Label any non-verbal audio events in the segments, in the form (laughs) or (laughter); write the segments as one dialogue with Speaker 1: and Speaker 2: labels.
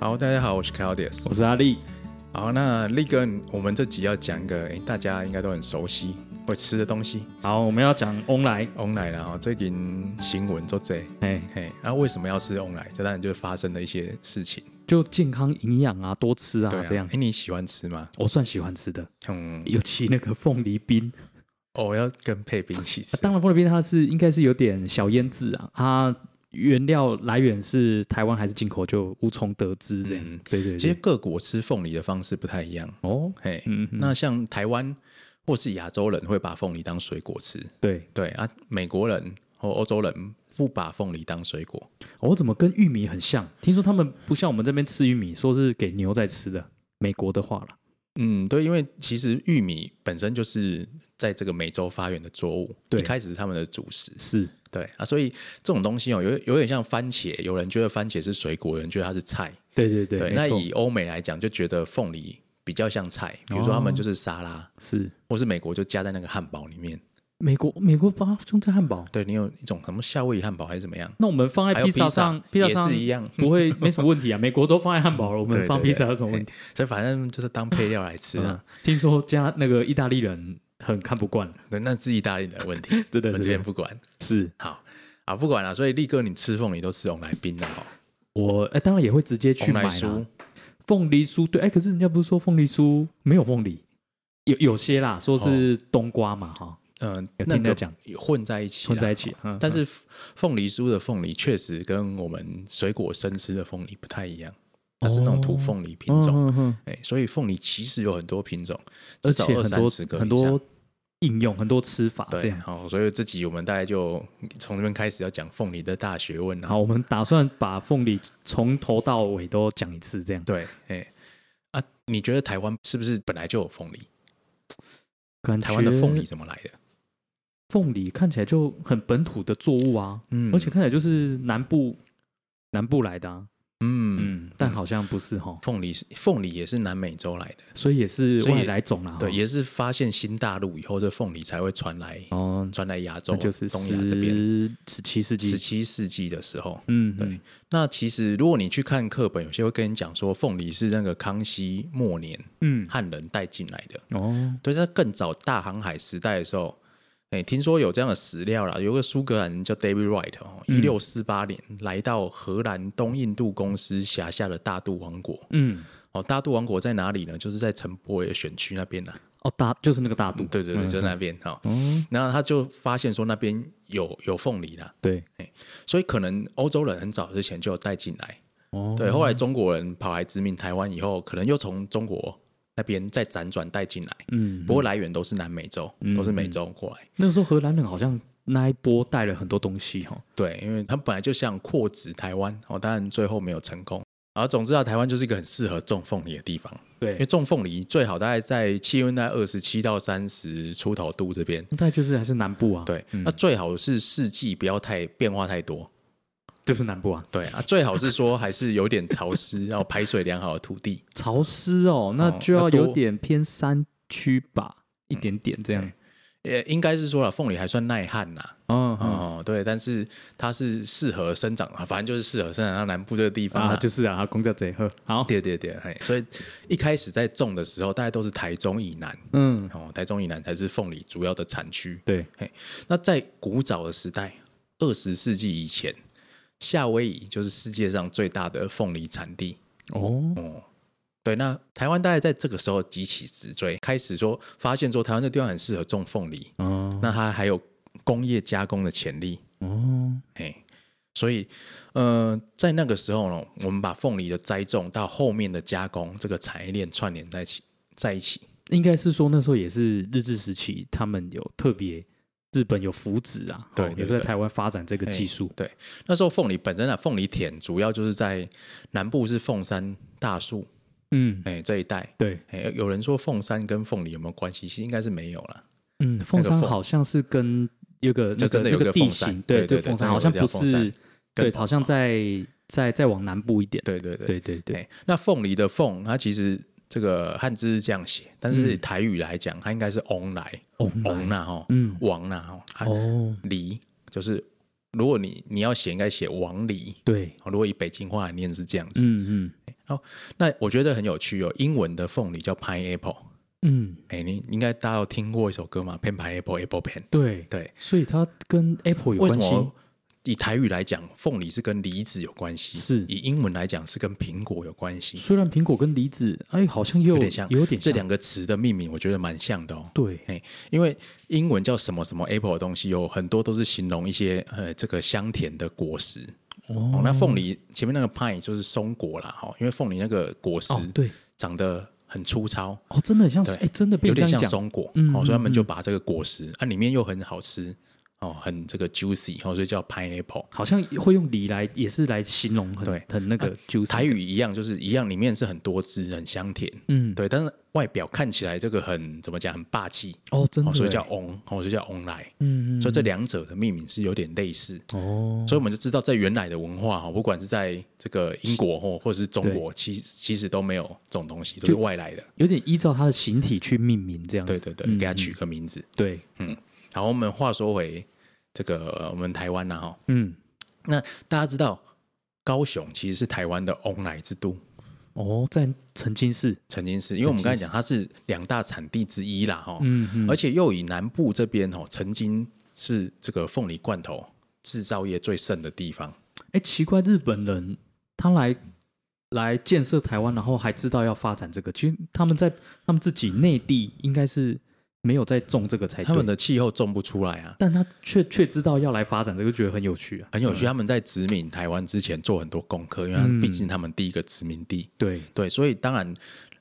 Speaker 1: 好，大家好，我是 Claudius。
Speaker 2: 我是阿力，
Speaker 1: 好，那力哥，我们这集要讲一个，诶大家应该都很熟悉会吃的东西，
Speaker 2: 好，我们要讲翁来，
Speaker 1: 翁奶啦。哦，最近新闻做这，
Speaker 2: 哎，
Speaker 1: 嘿，那、为什么要吃翁奶？这当然就是发生的一些事情。
Speaker 2: 就健康营养啊，多吃啊，
Speaker 1: 对啊，
Speaker 2: 这样
Speaker 1: 诶，你喜欢吃吗？
Speaker 2: 我算喜欢吃的，
Speaker 1: 嗯，
Speaker 2: 尤其那个凤梨冰，
Speaker 1: 哦，我要跟配冰一起吃
Speaker 2: 啊。当然凤梨冰它是应该是有点小腌制啊，它原料来源是台湾还是进口就无从得知这样，
Speaker 1: 嗯
Speaker 2: 对对
Speaker 1: 其实
Speaker 2: 对，
Speaker 1: 各国吃凤梨的方式不太一样，
Speaker 2: 哦，
Speaker 1: 嘿，
Speaker 2: 嗯嗯，
Speaker 1: 那像台湾或是亚洲人会把凤梨当水果吃，
Speaker 2: 对，
Speaker 1: 对啊，美国人或欧洲人不把凤梨当水果，
Speaker 2: 哦我怎么跟玉米很像？听说他们不像我们这边吃玉米，说是给牛在吃的，美国的话啦，
Speaker 1: 嗯，对，因为其实玉米本身就是在这个美洲发源的作物，
Speaker 2: 对
Speaker 1: 一开始是他们的主食，
Speaker 2: 是
Speaker 1: 对啊，所以这种东西哦，有有点像番茄，有人觉得番茄是水果，有人觉得它是菜，
Speaker 2: 对对对，没
Speaker 1: 那
Speaker 2: 错
Speaker 1: 以欧美来讲，就觉得凤梨比较像菜，比
Speaker 2: 哦
Speaker 1: 如说他们就是沙拉，
Speaker 2: 是
Speaker 1: 或是美国就加在那个汉堡里面，
Speaker 2: 美国美国把它用在汉堡。
Speaker 1: 对你有一种什么夏威夷汉堡还是怎么样，
Speaker 2: 那我们放
Speaker 1: 还
Speaker 2: 在
Speaker 1: 有
Speaker 2: 披
Speaker 1: 披萨
Speaker 2: 萨上，披萨
Speaker 1: 也
Speaker 2: 上
Speaker 1: 是一 (laughs) 样
Speaker 2: 不会没什么问题啊。美国都放在汉堡了，我们
Speaker 1: 对
Speaker 2: 放
Speaker 1: 对
Speaker 2: 披
Speaker 1: 对
Speaker 2: 萨有什么问题？
Speaker 1: 所以反正就是当配料来吃啊
Speaker 2: 嗯。听说加那个意大利人很看
Speaker 1: (laughs)
Speaker 2: 不惯，
Speaker 1: 对，那是意大利的问题，
Speaker 2: 对嗯 (laughs) 对
Speaker 1: 我们
Speaker 2: 对
Speaker 1: 这边
Speaker 2: 对
Speaker 1: 不管。
Speaker 2: 是
Speaker 1: 好啊，不管了、所以力哥，你吃凤梨都吃红来冰的哦，
Speaker 2: 我哎，当然也会直接去
Speaker 1: 红
Speaker 2: 买
Speaker 1: 来
Speaker 2: 啦
Speaker 1: 酥。
Speaker 2: 凤梨酥，对，哎，可是人家不是说凤梨酥没有凤梨，有有些啦，说
Speaker 1: 哦
Speaker 2: 是冬瓜嘛，哈，
Speaker 1: 嗯、
Speaker 2: 有
Speaker 1: 那
Speaker 2: 听
Speaker 1: 个
Speaker 2: 他讲
Speaker 1: 混在一起，啊
Speaker 2: 混在一。起。嗯
Speaker 1: 哦但
Speaker 2: 嗯
Speaker 1: 是凤梨酥的凤梨确实跟我们水果生吃的凤梨不太一样，它是那种土凤梨品种，
Speaker 2: 嗯嗯嗯
Speaker 1: 哎、所以凤梨其实有很多品种，
Speaker 2: 而
Speaker 1: 至少
Speaker 2: 且
Speaker 1: 二
Speaker 2: 很
Speaker 1: 三十
Speaker 2: 多
Speaker 1: 个
Speaker 2: 很
Speaker 1: 以上
Speaker 2: 多应用，很多吃法这
Speaker 1: 对，
Speaker 2: 样。
Speaker 1: 好、所以这集我们大概就从这边开始要讲凤梨的大学问啊了。
Speaker 2: 好，我们打算把凤梨从头到尾都讲一次，这样。
Speaker 1: 对，哎、啊，你觉得台湾是不是本来就有凤梨？
Speaker 2: 感觉
Speaker 1: 台湾的凤梨怎么来的？
Speaker 2: 凤梨看起来就很本土的作物啊，
Speaker 1: 嗯
Speaker 2: 而且看起来就是南部南部来的、啊，
Speaker 1: 嗯，
Speaker 2: 嗯，但好像不是哈，
Speaker 1: 凤梨是凤梨也是南美洲来的，
Speaker 2: 所以也是
Speaker 1: 所以
Speaker 2: 外来种啦，
Speaker 1: 对，
Speaker 2: 齁
Speaker 1: 也是发现新大陆以后，这凤梨才会传来
Speaker 2: 哦，
Speaker 1: 传来亚洲，
Speaker 2: 那就是
Speaker 1: 东亚这边。
Speaker 2: 十十七世纪
Speaker 1: 十，七世纪的时候，
Speaker 2: 嗯，
Speaker 1: 对
Speaker 2: 嗯
Speaker 1: 那其实如果你去看课本，有些会跟你讲说，凤梨是那个康熙末年
Speaker 2: 嗯，
Speaker 1: 汉人带进来的。
Speaker 2: 哦，
Speaker 1: 对，在更早大航海时代的时候，哎、听说有这样的史料啦，有个苏格兰人叫 David Wright 哦，
Speaker 2: 嗯
Speaker 1: 一六四八年来到荷兰东印度公司辖下的大肚王国。
Speaker 2: 嗯，
Speaker 1: 哦，大肚王国在哪里呢？就是在陈柏惟选区那边啊啦、
Speaker 2: 哦，大就是那个大肚，
Speaker 1: 嗯对对对，就在那边
Speaker 2: 嗯
Speaker 1: 哈。哦然后他就发现说那边有有凤梨啦，
Speaker 2: 对，
Speaker 1: 所以可能欧洲人很早之前就有带进来。
Speaker 2: 哦，
Speaker 1: 对，后来中国人跑来殖民台湾以后，可能又从中国那边再辗转带进来。
Speaker 2: 嗯，
Speaker 1: 不过来源都是南美洲，都是美洲过来。
Speaker 2: 那个时候荷兰人好像那一波带了很多东西哈，
Speaker 1: 对，因为他们本来就想扩殖台湾，哦，当然最后没有成功。然后总之啊，台湾就是一个很适合种凤梨的地方，因为
Speaker 2: 对，
Speaker 1: 种凤梨最好大概在气温在二十七到三十出头度这边。
Speaker 2: 那大概就是还是南部啊，，
Speaker 1: 对，那最好是四季不要太变化太多。
Speaker 2: 就是南部啊，
Speaker 1: 对啊，最好是说还是有点潮
Speaker 2: (laughs)
Speaker 1: 湿，然后排水良好的土地。
Speaker 2: 潮湿哦，那
Speaker 1: 哦嗯
Speaker 2: 就
Speaker 1: 要
Speaker 2: 要有
Speaker 1: 多
Speaker 2: 点偏山区吧，一点点这样，
Speaker 1: 也呃应该是说了，凤梨还算耐旱啦。
Speaker 2: 嗯嗯。
Speaker 1: 哦、对，但是它是适合生长啊，反正就是适合生长到南部这个地方
Speaker 2: 啊，
Speaker 1: 啊。
Speaker 2: 就是是啊，公叫贼喝。好，
Speaker 1: 对对对，嘿，所以一开始在种的时候，大概都是台中以南
Speaker 2: 嗯，
Speaker 1: 哦，台中以南才是凤梨主要的产区。
Speaker 2: 对，
Speaker 1: 那在古早的时代，二十世纪以前，夏威夷就是世界上最大的凤梨产地。
Speaker 2: 哦，
Speaker 1: 嗯对，那台湾大概在这个时候急起直追，开始说发现说台湾这地方很适合种凤梨，
Speaker 2: 哦，
Speaker 1: 那它还有工业加工的潜力，
Speaker 2: 哦，
Speaker 1: 哎，所以呃，在那个时候呢，我们把凤梨的栽种到后面的加工这个产业链串联在一起，在一起，
Speaker 2: 应该是说那时候也是日治时期，他们有特别日本有福祉啊，
Speaker 1: 对
Speaker 2: 哦
Speaker 1: 对哎
Speaker 2: 也是在台湾发展这个技术。
Speaker 1: 对，那时候凤梨本身啊，凤梨田主要就是在南部是凤山大树，
Speaker 2: 嗯，
Speaker 1: 哎这一带。
Speaker 2: 对，
Speaker 1: 哎，有人说凤山跟凤梨有没有关系？其实应该是没有啦。
Speaker 2: 嗯，凤山
Speaker 1: 凤
Speaker 2: 好像是跟有个
Speaker 1: 就
Speaker 2: 那
Speaker 1: 真的
Speaker 2: 个那
Speaker 1: 有个
Speaker 2: 个地
Speaker 1: 凤山
Speaker 2: 形，
Speaker 1: 对
Speaker 2: 对
Speaker 1: 对对
Speaker 2: 凤山
Speaker 1: 真的有
Speaker 2: 好像
Speaker 1: 个
Speaker 2: 不
Speaker 1: 叫凤山
Speaker 2: 是，对，好像在在再往南部一点。
Speaker 1: 对对对
Speaker 2: 对对对，
Speaker 1: 哎那凤梨的凤，它其实这个汉字是这样写，但是台语来讲，它应该是翁来
Speaker 2: 嗯翁来
Speaker 1: 翁呐吼，
Speaker 2: 嗯，
Speaker 1: 王呐吼，啊
Speaker 2: 哦，
Speaker 1: 梨就是如果你你要写，应该写王梨。
Speaker 2: 对，
Speaker 1: 哦如果以北京话来念是这样子。
Speaker 2: 嗯嗯，
Speaker 1: 哦，那我觉得很有趣哦，英文的凤梨叫 pineapple，
Speaker 2: 嗯，
Speaker 1: 哎、你应该大家有听过一首歌嘛，Pen Pineapple Apple Pen，
Speaker 2: 对，
Speaker 1: 对，
Speaker 2: 所以它跟 Apple 有
Speaker 1: 为
Speaker 2: 关
Speaker 1: 什
Speaker 2: 系
Speaker 1: 么？以台语来讲，凤梨是跟梨子有关系；
Speaker 2: 是
Speaker 1: 以英文来讲，是跟苹果有关系。
Speaker 2: 虽然苹果跟梨子，哎，好像又
Speaker 1: 有点像，
Speaker 2: 有点像
Speaker 1: 这两个词的命名，我觉得蛮像的哦。
Speaker 2: 对，
Speaker 1: 哎，因为英文叫什么什么 apple 的东西，有很多都是形容一些呃这个香甜的果实。哦，那凤梨前面那个 pine 就是松果啦，哦，因为凤梨那个果实
Speaker 2: 哦，对，
Speaker 1: 长得很粗糙，
Speaker 2: 哦，真的很像，
Speaker 1: 对
Speaker 2: 哎，真的被
Speaker 1: 有
Speaker 2: 你这
Speaker 1: 点
Speaker 2: 样
Speaker 1: 像
Speaker 2: 讲，嗯
Speaker 1: 松果，哦，所以他们就把这个果实啊里面又很好吃哦，很这个 juicy，哦，所以叫 pineapple。
Speaker 2: 好像会用梨来，也是来形容很
Speaker 1: 对
Speaker 2: 很那个 juicy
Speaker 1: 台语一样，就是一样，里面是很多汁，很香甜，
Speaker 2: 嗯，
Speaker 1: 对，但是外表看起来这个很怎么讲，很霸气，
Speaker 2: 哦，真的
Speaker 1: 哦，所以
Speaker 2: 哎
Speaker 1: 叫翁，哦，所以叫翁来，
Speaker 2: 嗯
Speaker 1: 所以这两者的命名是有点类似，
Speaker 2: 哦，
Speaker 1: 所以我们就知道在原来的文化哈，哦不管是在这个英国或或者是中国，其其实都没有这种东西，都是外来的，
Speaker 2: 有点依照它的形体去命名这样
Speaker 1: 对
Speaker 2: 子，
Speaker 1: 对
Speaker 2: 嗯
Speaker 1: 对，给它取个名字。
Speaker 2: 对，
Speaker 1: 然后我们话说回这个呃我们台湾呐哈，
Speaker 2: 嗯，
Speaker 1: 那大家知道高雄其实是台湾的翁来之都。
Speaker 2: 哦，在曾经是，
Speaker 1: 曾经是因为我们刚才讲它是两大产地之一啦，哈、
Speaker 2: 嗯嗯，
Speaker 1: 而且又以南部这边哦，曾经是这个凤梨罐头制造业最盛的地方。
Speaker 2: 哎，奇怪，日本人他来来建设台湾，然后还知道要发展这个，其实他们在他们自己内地应该是没有在种这个哎才对，
Speaker 1: 他们的气候种不出来啊，
Speaker 2: 但他却却知道要来发展这个，觉得很有趣啊，
Speaker 1: 很有趣。他们在殖民台湾之前做很多功课，因为它
Speaker 2: 嗯
Speaker 1: 毕竟他们第一个殖民地，
Speaker 2: 对，
Speaker 1: 对，所以当然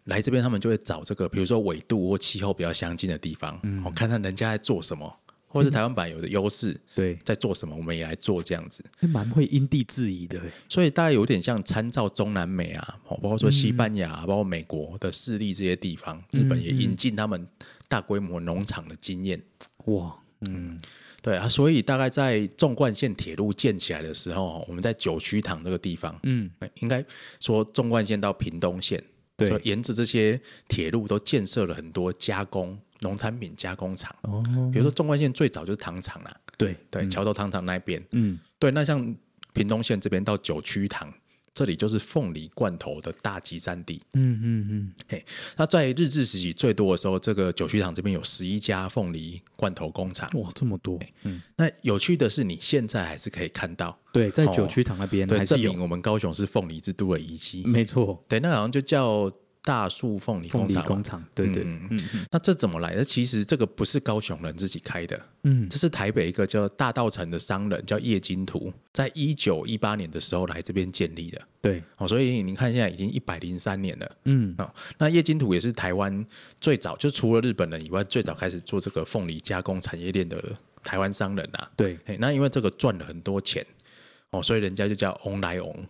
Speaker 1: 来这边他们就会找这个，比如说纬度或气候比较相近的地方，我、
Speaker 2: 嗯
Speaker 1: 哦看看人家在做什么，或是台湾版有的优势
Speaker 2: 对，
Speaker 1: 在做什么，我们也来做这样子。
Speaker 2: 诶蛮会因地制宜的欸诶。
Speaker 1: 所以大概有点像参照中南美啊，哦包括说西班牙、
Speaker 2: 嗯
Speaker 1: 包括美国的势力这些地方，日本也引进他们大规模农场的经验。
Speaker 2: 哇，
Speaker 1: 对啊，所以大概在纵贯线铁路建起来的时候，我们在九曲塘这个地方，
Speaker 2: 嗯，
Speaker 1: 应该说纵贯线到屏东县，就
Speaker 2: 对，
Speaker 1: 沿着这些铁路都建设了很多加工农产品加工厂。
Speaker 2: 哦，
Speaker 1: 比如说纵贯线最早就是糖厂啦，
Speaker 2: 对，
Speaker 1: 对，桥头糖厂那边，
Speaker 2: 嗯，
Speaker 1: 对，那像屏东县这边到九曲塘，这里就是凤梨罐头的大集散地。
Speaker 2: 嗯嗯嗯，
Speaker 1: 那在日治时期最多的时候，这个九曲塘这边有十一家凤梨罐头工厂。
Speaker 2: 哇，这么多，
Speaker 1: 那有趣的是，你现在还是可以看到，
Speaker 2: 对，在
Speaker 1: 哦
Speaker 2: 九曲塘那边
Speaker 1: 对，
Speaker 2: 还
Speaker 1: 证
Speaker 2: 是有
Speaker 1: 明，我们高雄是凤梨之都的遗迹。
Speaker 2: 没错，
Speaker 1: 对，那好像就叫大树凤梨
Speaker 2: 凤
Speaker 1: 工
Speaker 2: 梨
Speaker 1: 厂嘛。
Speaker 2: 工厂，对对，
Speaker 1: 嗯那这怎么来的？其实这个不是高雄人自己开的，
Speaker 2: 嗯，
Speaker 1: 这是台北一个叫大道城的商人叫叶金图，在一九一八年的时候来这边建立的。
Speaker 2: 对，
Speaker 1: 哦，所以你看现在已经一百零三年了。
Speaker 2: 嗯，
Speaker 1: 哦，那叶金土也是台湾最早，就除了日本人以外，最早开始做这个凤梨加工产业链的台湾商人啊。
Speaker 2: 对，
Speaker 1: 嘿，那因为这个赚了很多钱，哦，所以人家就叫翁来翁，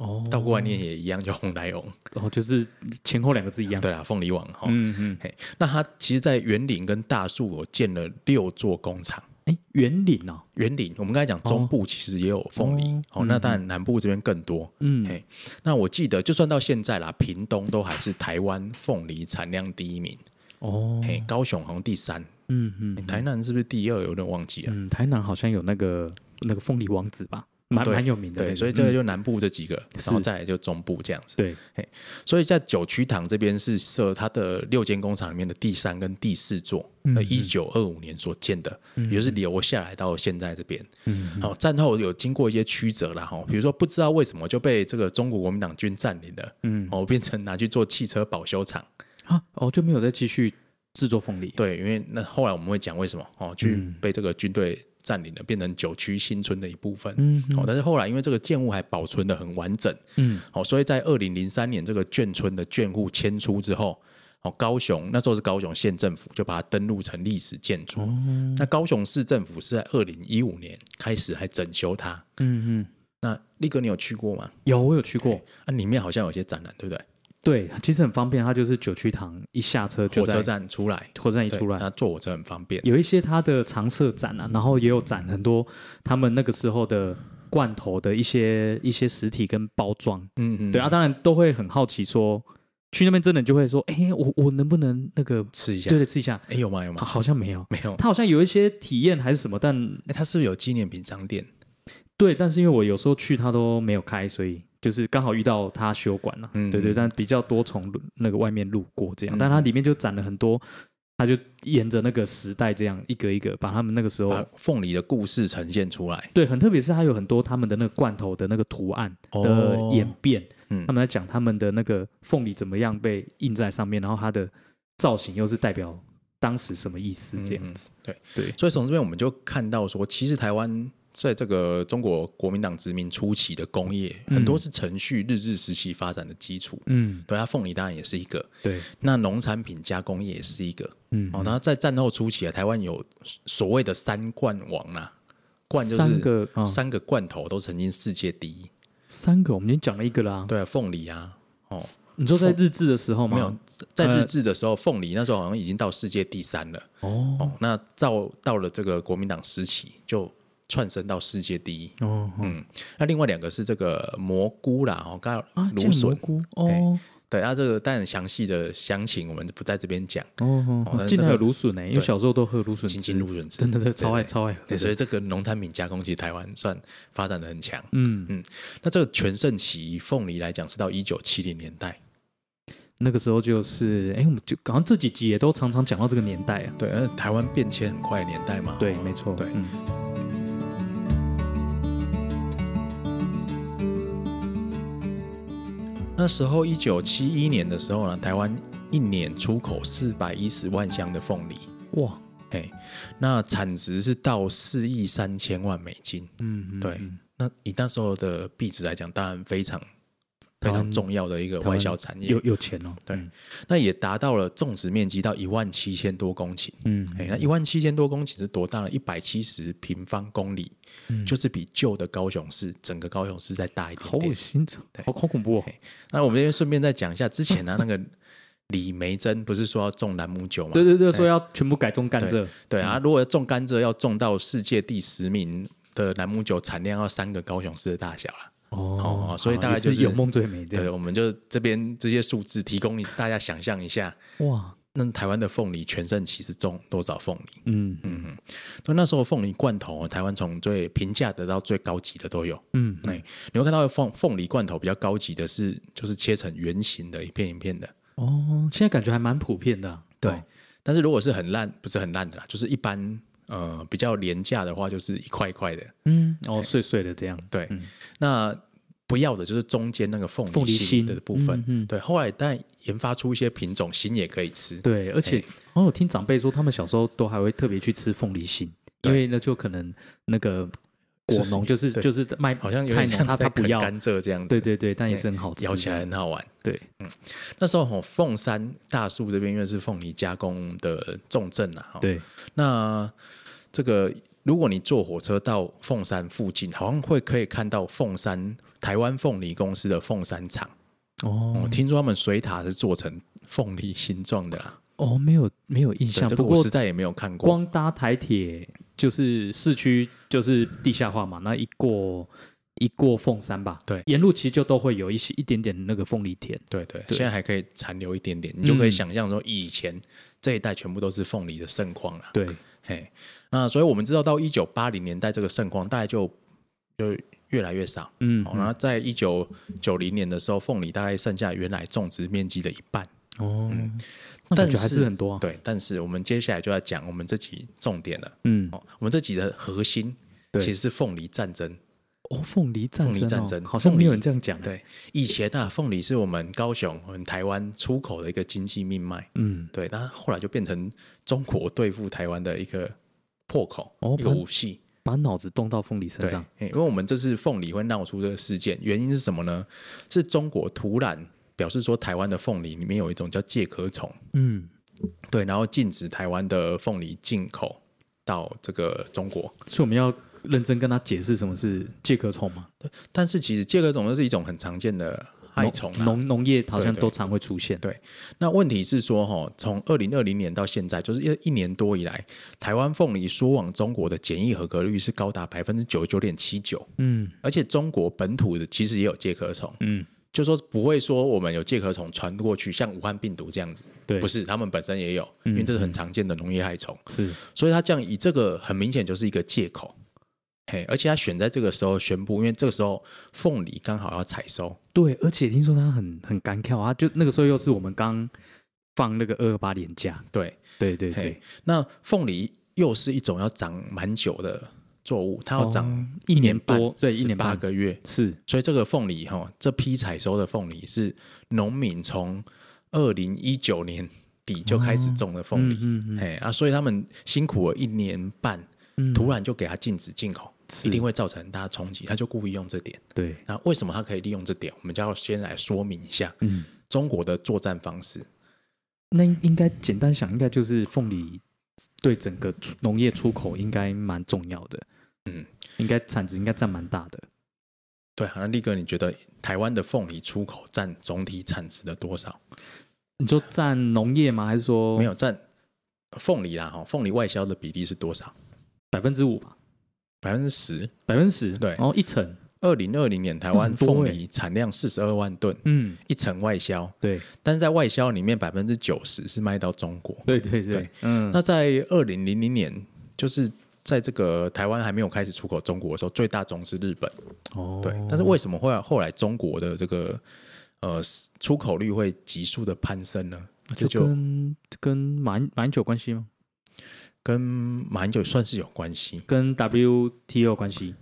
Speaker 2: 哦，
Speaker 1: 倒过来念也一样叫翁来翁。
Speaker 2: 哦，就是前后两个字一样，
Speaker 1: 对啦，凤梨王哈、哦
Speaker 2: 嗯嗯，
Speaker 1: 嘿，那他其实，在园林跟大树，我建了六座工厂。
Speaker 2: 哎，圆领哦，
Speaker 1: 园林，我们刚才讲中部其实也有凤梨，
Speaker 2: 哦
Speaker 1: 哦，那当然南部这边更多。
Speaker 2: 嗯
Speaker 1: 嘿，那我记得就算到现在啦，屏东都还是台湾凤梨产量第一名，
Speaker 2: 哦，
Speaker 1: 嘿，高雄好像第三，
Speaker 2: 嗯嗯
Speaker 1: 台南是不是第二？有点忘记了。
Speaker 2: 嗯，台南好像有那个那个凤梨王子吧，蛮
Speaker 1: 对
Speaker 2: 蛮有名的那
Speaker 1: 对，
Speaker 2: 个，
Speaker 1: 所以这个就南部这几个，然后
Speaker 2: 嗯是
Speaker 1: 再来就中部这样子。
Speaker 2: 对，
Speaker 1: 所以在九曲堂这边是设它的六间工厂里面的第三跟第四座，呃，一九二五年所建的，也就是留下来到现在这边。嗯，好，战后有经过一些曲折啦，哈，比如说不知道为什么就被这个中国国民党军占领了，嗯，哦，变成拿去做汽车保修厂。
Speaker 2: 啊，哦，就没有再继续制作凤梨，
Speaker 1: 对，因为那后来我们会讲为什么哦，去
Speaker 2: 嗯
Speaker 1: 被这个军队占领了，变成九区新村的一部分。嗯，哦，但是后来因为这个建物还保存的很完整，
Speaker 2: 嗯，
Speaker 1: 哦，所以在二零零三年这个眷村的眷户迁出之后。哦，高雄那时候是高雄县政府就把它登录成历史建筑。
Speaker 2: 哦
Speaker 1: 那高雄市政府是在二零一五年开始还整修它。
Speaker 2: 嗯嗯，
Speaker 1: 那力哥，你有去过吗？
Speaker 2: 有我有去过，
Speaker 1: 啊，里面好像有些展览，对不对？
Speaker 2: 对，其实很方便，它就是九曲塘一下车就
Speaker 1: 火
Speaker 2: 在
Speaker 1: 车，站出来，
Speaker 2: 火车站一
Speaker 1: 对
Speaker 2: 出来。
Speaker 1: 那坐火车很方便。
Speaker 2: 有一些它的常设展啊，然后也有展很多他们那个时候的罐头的一些一些实体跟包装，
Speaker 1: 嗯嗯，
Speaker 2: 对啊，当然都会很好奇说，去那边真的就会说，哎、我我能不能那个
Speaker 1: 吃一下
Speaker 2: 对。的吃一下？
Speaker 1: 哎，有吗？有
Speaker 2: 好，
Speaker 1: 吗？
Speaker 2: 好像没有，
Speaker 1: 没有。
Speaker 2: 他好像有一些体验还是什么，但
Speaker 1: 哎、它是不是有纪念品商店？
Speaker 2: 对，但是因为我有时候去他都没有开，所以就是刚好遇到他修馆了，
Speaker 1: 嗯
Speaker 2: 对对，但比较多从路那个外面路过这样，但它里面就展了很多，他就沿着那个时代这样一个一个把他们那个时候
Speaker 1: 把凤梨的故事呈现出来。
Speaker 2: 对，很特别是它有很多他们的那个罐头的那个图案的
Speaker 1: 哦
Speaker 2: 演变，
Speaker 1: 嗯
Speaker 2: 他们在讲他们的那个凤梨怎么样被印在上面，然后它的造型又是代表当时什么意思这样子，
Speaker 1: 对
Speaker 2: 对
Speaker 1: 所以从这边我们就看到说，其实台湾在这个中国国民党殖民初期的工业，
Speaker 2: 嗯
Speaker 1: 很多是程序日治时期发展的基础。
Speaker 2: 嗯，
Speaker 1: 对，它凤梨当然也是一个，
Speaker 2: 对，
Speaker 1: 那农产品加工业也是一个。
Speaker 2: 嗯，
Speaker 1: 哦，然后在战后初期啊，台湾有所谓的三冠王啦、冠就是
Speaker 2: 三个啊，
Speaker 1: 三个罐头都曾经世界第一。
Speaker 2: 三个，我们已经讲了一个啦。
Speaker 1: 对啊，凤梨啊，哦，
Speaker 2: 你说在日志的时候吗？
Speaker 1: 没有，在
Speaker 2: 呃
Speaker 1: 日治的时候，凤梨那时候好像已经到世界第三了。
Speaker 2: 哦
Speaker 1: 哦，那到到了这个国民党时期，就窜升到世界第一。
Speaker 2: 哦哦
Speaker 1: 那另外两个是这个蘑菇啦，哦，刚
Speaker 2: 啊，
Speaker 1: 芦
Speaker 2: 芥末
Speaker 1: 笋，
Speaker 2: 菇
Speaker 1: 哎
Speaker 2: 哦
Speaker 1: 对，那、这个当然详细的详情我们不在这边讲，
Speaker 2: 哦
Speaker 1: 那
Speaker 2: 哦，竟然
Speaker 1: 那
Speaker 2: 有
Speaker 1: 个
Speaker 2: 芦笋呢，因为小时候都喝芦笋
Speaker 1: 津
Speaker 2: 汁
Speaker 1: 津，入润，
Speaker 2: 嗯真的是超爱
Speaker 1: 对
Speaker 2: 超爱喝
Speaker 1: 对，所
Speaker 2: 的。
Speaker 1: 以这个农产品加工其实台湾算发展的很强。
Speaker 2: 嗯，
Speaker 1: 那这个全盛期以凤梨来讲是到一九七零年代，
Speaker 2: 那个时候就是，哎，我们就好像这几集也都常常讲到这个年代啊。
Speaker 1: 对，那台湾变迁很快的年代嘛。
Speaker 2: 对，
Speaker 1: 哦
Speaker 2: 没错，
Speaker 1: 对，
Speaker 2: 嗯
Speaker 1: 那时候一九七一年的时候呢，台湾一年出口四百一十万箱的凤梨，
Speaker 2: 哇，
Speaker 1: 哎，那产值是到四亿三千万美金。
Speaker 2: 嗯，嗯
Speaker 1: 对，
Speaker 2: 嗯
Speaker 1: 那以那时候的币值来讲，当然非常非
Speaker 2: 台湾
Speaker 1: 常重要的一个
Speaker 2: 台湾
Speaker 1: 外销产业
Speaker 2: 有。有钱哦，
Speaker 1: 对
Speaker 2: 嗯
Speaker 1: 那也达到了种植面积到一万七千多公顷。
Speaker 2: 嗯，
Speaker 1: 哎，那一万七千多公顷是多大呢？一百七十平方公里，
Speaker 2: 嗯
Speaker 1: 就是比旧的高雄市整个高雄市再大一
Speaker 2: 好
Speaker 1: 点
Speaker 2: 恶
Speaker 1: 点。
Speaker 2: 心，好好恐怖哦
Speaker 1: 对，那我们这边顺便再讲一下，之前啊呢、那个李梅珍不是说要种蓝姆酒吗？
Speaker 2: (laughs) 对对对，说要全部改种甘蔗，
Speaker 1: 对啊，如果种甘蔗要种到世界第十名的蓝姆酒产量，要三个高雄市的大小啦。
Speaker 2: 哦
Speaker 1: 哦所以大概
Speaker 2: 也是
Speaker 1: 就是
Speaker 2: 有梦最美这
Speaker 1: 对，
Speaker 2: 样，
Speaker 1: 我们就这边这些数字提供大家想象一下，
Speaker 2: 哇，
Speaker 1: 那台湾的凤梨全盛期是种多少凤梨？
Speaker 2: 嗯嗯
Speaker 1: 那那时候凤梨罐头，哦台湾从最平价的到最高级的都有。
Speaker 2: 嗯，
Speaker 1: 哎，你会看到凤凤梨罐头比较高级的是，就是切成圆形的，一片一片的。
Speaker 2: 哦，现在感觉还蛮普遍的啊，
Speaker 1: 对，
Speaker 2: 哦
Speaker 1: 但是如果是很烂，不是很烂的啦，就是一般呃比较廉价的话，就是一块一块的。
Speaker 2: 嗯，哦，碎碎的这样，
Speaker 1: 对，那不要的就是中间那个凤
Speaker 2: 嗯凤梨
Speaker 1: 心
Speaker 2: 心
Speaker 1: 的部分。
Speaker 2: 嗯嗯
Speaker 1: 对，后来但研发出一些品种，心也可以吃。
Speaker 2: 对，而且
Speaker 1: 哎
Speaker 2: 好像我听长辈说，他们小时候都还会特别去吃凤梨心，因
Speaker 1: 对
Speaker 2: 为那就可能那个果农就是
Speaker 1: 对
Speaker 2: 就是卖
Speaker 1: 好像有
Speaker 2: 菜
Speaker 1: 点
Speaker 2: 农
Speaker 1: 像
Speaker 2: 他
Speaker 1: 在
Speaker 2: 他不
Speaker 1: 啃
Speaker 2: 要，
Speaker 1: 甘蔗这样子，哎
Speaker 2: 对对对，但也是很好吃，
Speaker 1: 咬起来很好玩。
Speaker 2: 对，
Speaker 1: 那时候吼、凤山大树这边因为是凤梨加工的重镇啦、哈，
Speaker 2: 对，
Speaker 1: 那这个如果你坐火车到凤山附近，好像会可以看到凤山台湾凤梨公司的凤山厂。
Speaker 2: 哦
Speaker 1: 我、听说他们水塔是做成凤梨形状的啦，
Speaker 2: 哦，没有没有印
Speaker 1: 对，
Speaker 2: 象，
Speaker 1: 这个
Speaker 2: 不
Speaker 1: 我
Speaker 2: 过
Speaker 1: 实在也没有看过。
Speaker 2: 光搭台铁就是市区就是地下化嘛，那一过一过凤山吧，
Speaker 1: 对
Speaker 2: 沿路其实就都会有一些一点点那个凤梨田，啊
Speaker 1: 对对，
Speaker 2: 对
Speaker 1: 现在还可以残留一点点，你就可以
Speaker 2: 嗯
Speaker 1: 想象说，以前这一代全部都是凤梨的盛况啦。
Speaker 2: 对，
Speaker 1: 嘿，那所以我们知道，到一九八零年代这个盛况大概就就越来越少。
Speaker 2: 嗯
Speaker 1: 好，然后在一九九零年的时候，凤梨大概剩下原来种植面积的一半。
Speaker 2: 哦，那感觉还是很多啊，
Speaker 1: 嗯对，但是我们接下来就要讲我们这集重点了。
Speaker 2: 嗯，
Speaker 1: 哦，我们这集的核心
Speaker 2: 对
Speaker 1: 其实是凤梨战争。
Speaker 2: 哦，凤梨战
Speaker 1: 凤梨
Speaker 2: 争哦，
Speaker 1: 战争
Speaker 2: 好像
Speaker 1: 凤
Speaker 2: 没有
Speaker 1: 梨
Speaker 2: 人这样讲，，
Speaker 1: 对，以前啊，凤梨是我们高雄、我们台湾出口的一个经济命脉。
Speaker 2: 嗯。
Speaker 1: 对，那后来就变成中国对付台湾的一个破口，
Speaker 2: 哦
Speaker 1: 一
Speaker 2: 不
Speaker 1: 个
Speaker 2: 然
Speaker 1: 武器。
Speaker 2: 把脑子动到凤梨身
Speaker 1: 对，
Speaker 2: 上。
Speaker 1: 嘿因为我们这次凤梨会闹出这个事件，原因是什么呢？是中国突然表示说，台湾的凤梨里面有一种叫介壳虫，
Speaker 2: 嗯，
Speaker 1: 对，然后禁止台湾的凤梨进口到这个中国。
Speaker 2: 所以我们要认真跟他解释什么是介壳虫嘛，
Speaker 1: 但是其实介壳虫这是一种很常见的害虫啊。
Speaker 2: 农农业好像
Speaker 1: 对对
Speaker 2: 都常会出现。
Speaker 1: 对那问题是说，哈，从二零二零年到现在，就是一一年多以来，台湾凤梨输往中国的检疫合格率是高达百分之九十九点七九，
Speaker 2: 嗯
Speaker 1: 而且中国本土的其实也有介壳虫。
Speaker 2: 嗯，
Speaker 1: 就说不会说我们有介壳虫传过去，像武汉病毒这样子，
Speaker 2: 对，嗯
Speaker 1: 不是，他们本身也有，因为这是很常见的农业害虫，
Speaker 2: 是
Speaker 1: 所以它这样以这个很明显就是一个借口。嘿，而且他选在这个时候宣布，因为这个时候凤梨刚好要采收，
Speaker 2: 对，而且听说他很很干跳啊，就那个时候又是我们刚放那个二二八年假，
Speaker 1: 对，
Speaker 2: 对对
Speaker 1: 嘿
Speaker 2: 对，
Speaker 1: 那凤梨又是一种要长蛮久的作物，它要长
Speaker 2: 哦一年
Speaker 1: 半
Speaker 2: 多，对，一年
Speaker 1: 八
Speaker 2: 半
Speaker 1: 个月，
Speaker 2: 是
Speaker 1: 所以这个凤梨哈，这批采收的凤梨是农民从二零一九年底就开始种的凤梨，
Speaker 2: 嗯嗯
Speaker 1: 嘿啊，所以他们辛苦了一年半，
Speaker 2: 嗯，
Speaker 1: 突然就给它禁止进口，
Speaker 2: 是
Speaker 1: 一定会造成很大的冲击，他就故意用这点。
Speaker 2: 对，
Speaker 1: 那为什么他可以利用这点？我们就要先来说明一下
Speaker 2: 嗯，
Speaker 1: 中国的作战方式。
Speaker 2: 那应该简单想，应该就是凤梨对整个出农业出口应该蛮重要的，
Speaker 1: 嗯，
Speaker 2: 应该产值应该占蛮大的，
Speaker 1: 对，好像力哥，你觉得台湾的凤梨出口占总体产值的多少？
Speaker 2: 你说占农业吗？还是说
Speaker 1: 没有占凤梨啦，哈，凤梨外销的比例是多少？
Speaker 2: 百分之五吧？
Speaker 1: 百分之十。
Speaker 2: 百分之十，
Speaker 1: 对
Speaker 2: 然后一成，
Speaker 1: 二零二零年台湾
Speaker 2: 那很多欸
Speaker 1: 凤梨产量四十二万吨，
Speaker 2: 嗯，
Speaker 1: 一成外销，
Speaker 2: 对
Speaker 1: 但是在外销里面百分之九十是卖到中国。
Speaker 2: 对对
Speaker 1: 对
Speaker 2: 对，嗯，
Speaker 1: 那在二零零零年，就是在这个台湾还没有开始出口中国的时候，最大宗是日本。
Speaker 2: 哦
Speaker 1: 对，但是为什么会后来中国的这个呃出口率会急速的攀升呢？这
Speaker 2: 就
Speaker 1: 就
Speaker 2: 跟跟马英马英九有关系吗？
Speaker 1: 跟马英九算是有关系，
Speaker 2: 跟 WTO 有关系？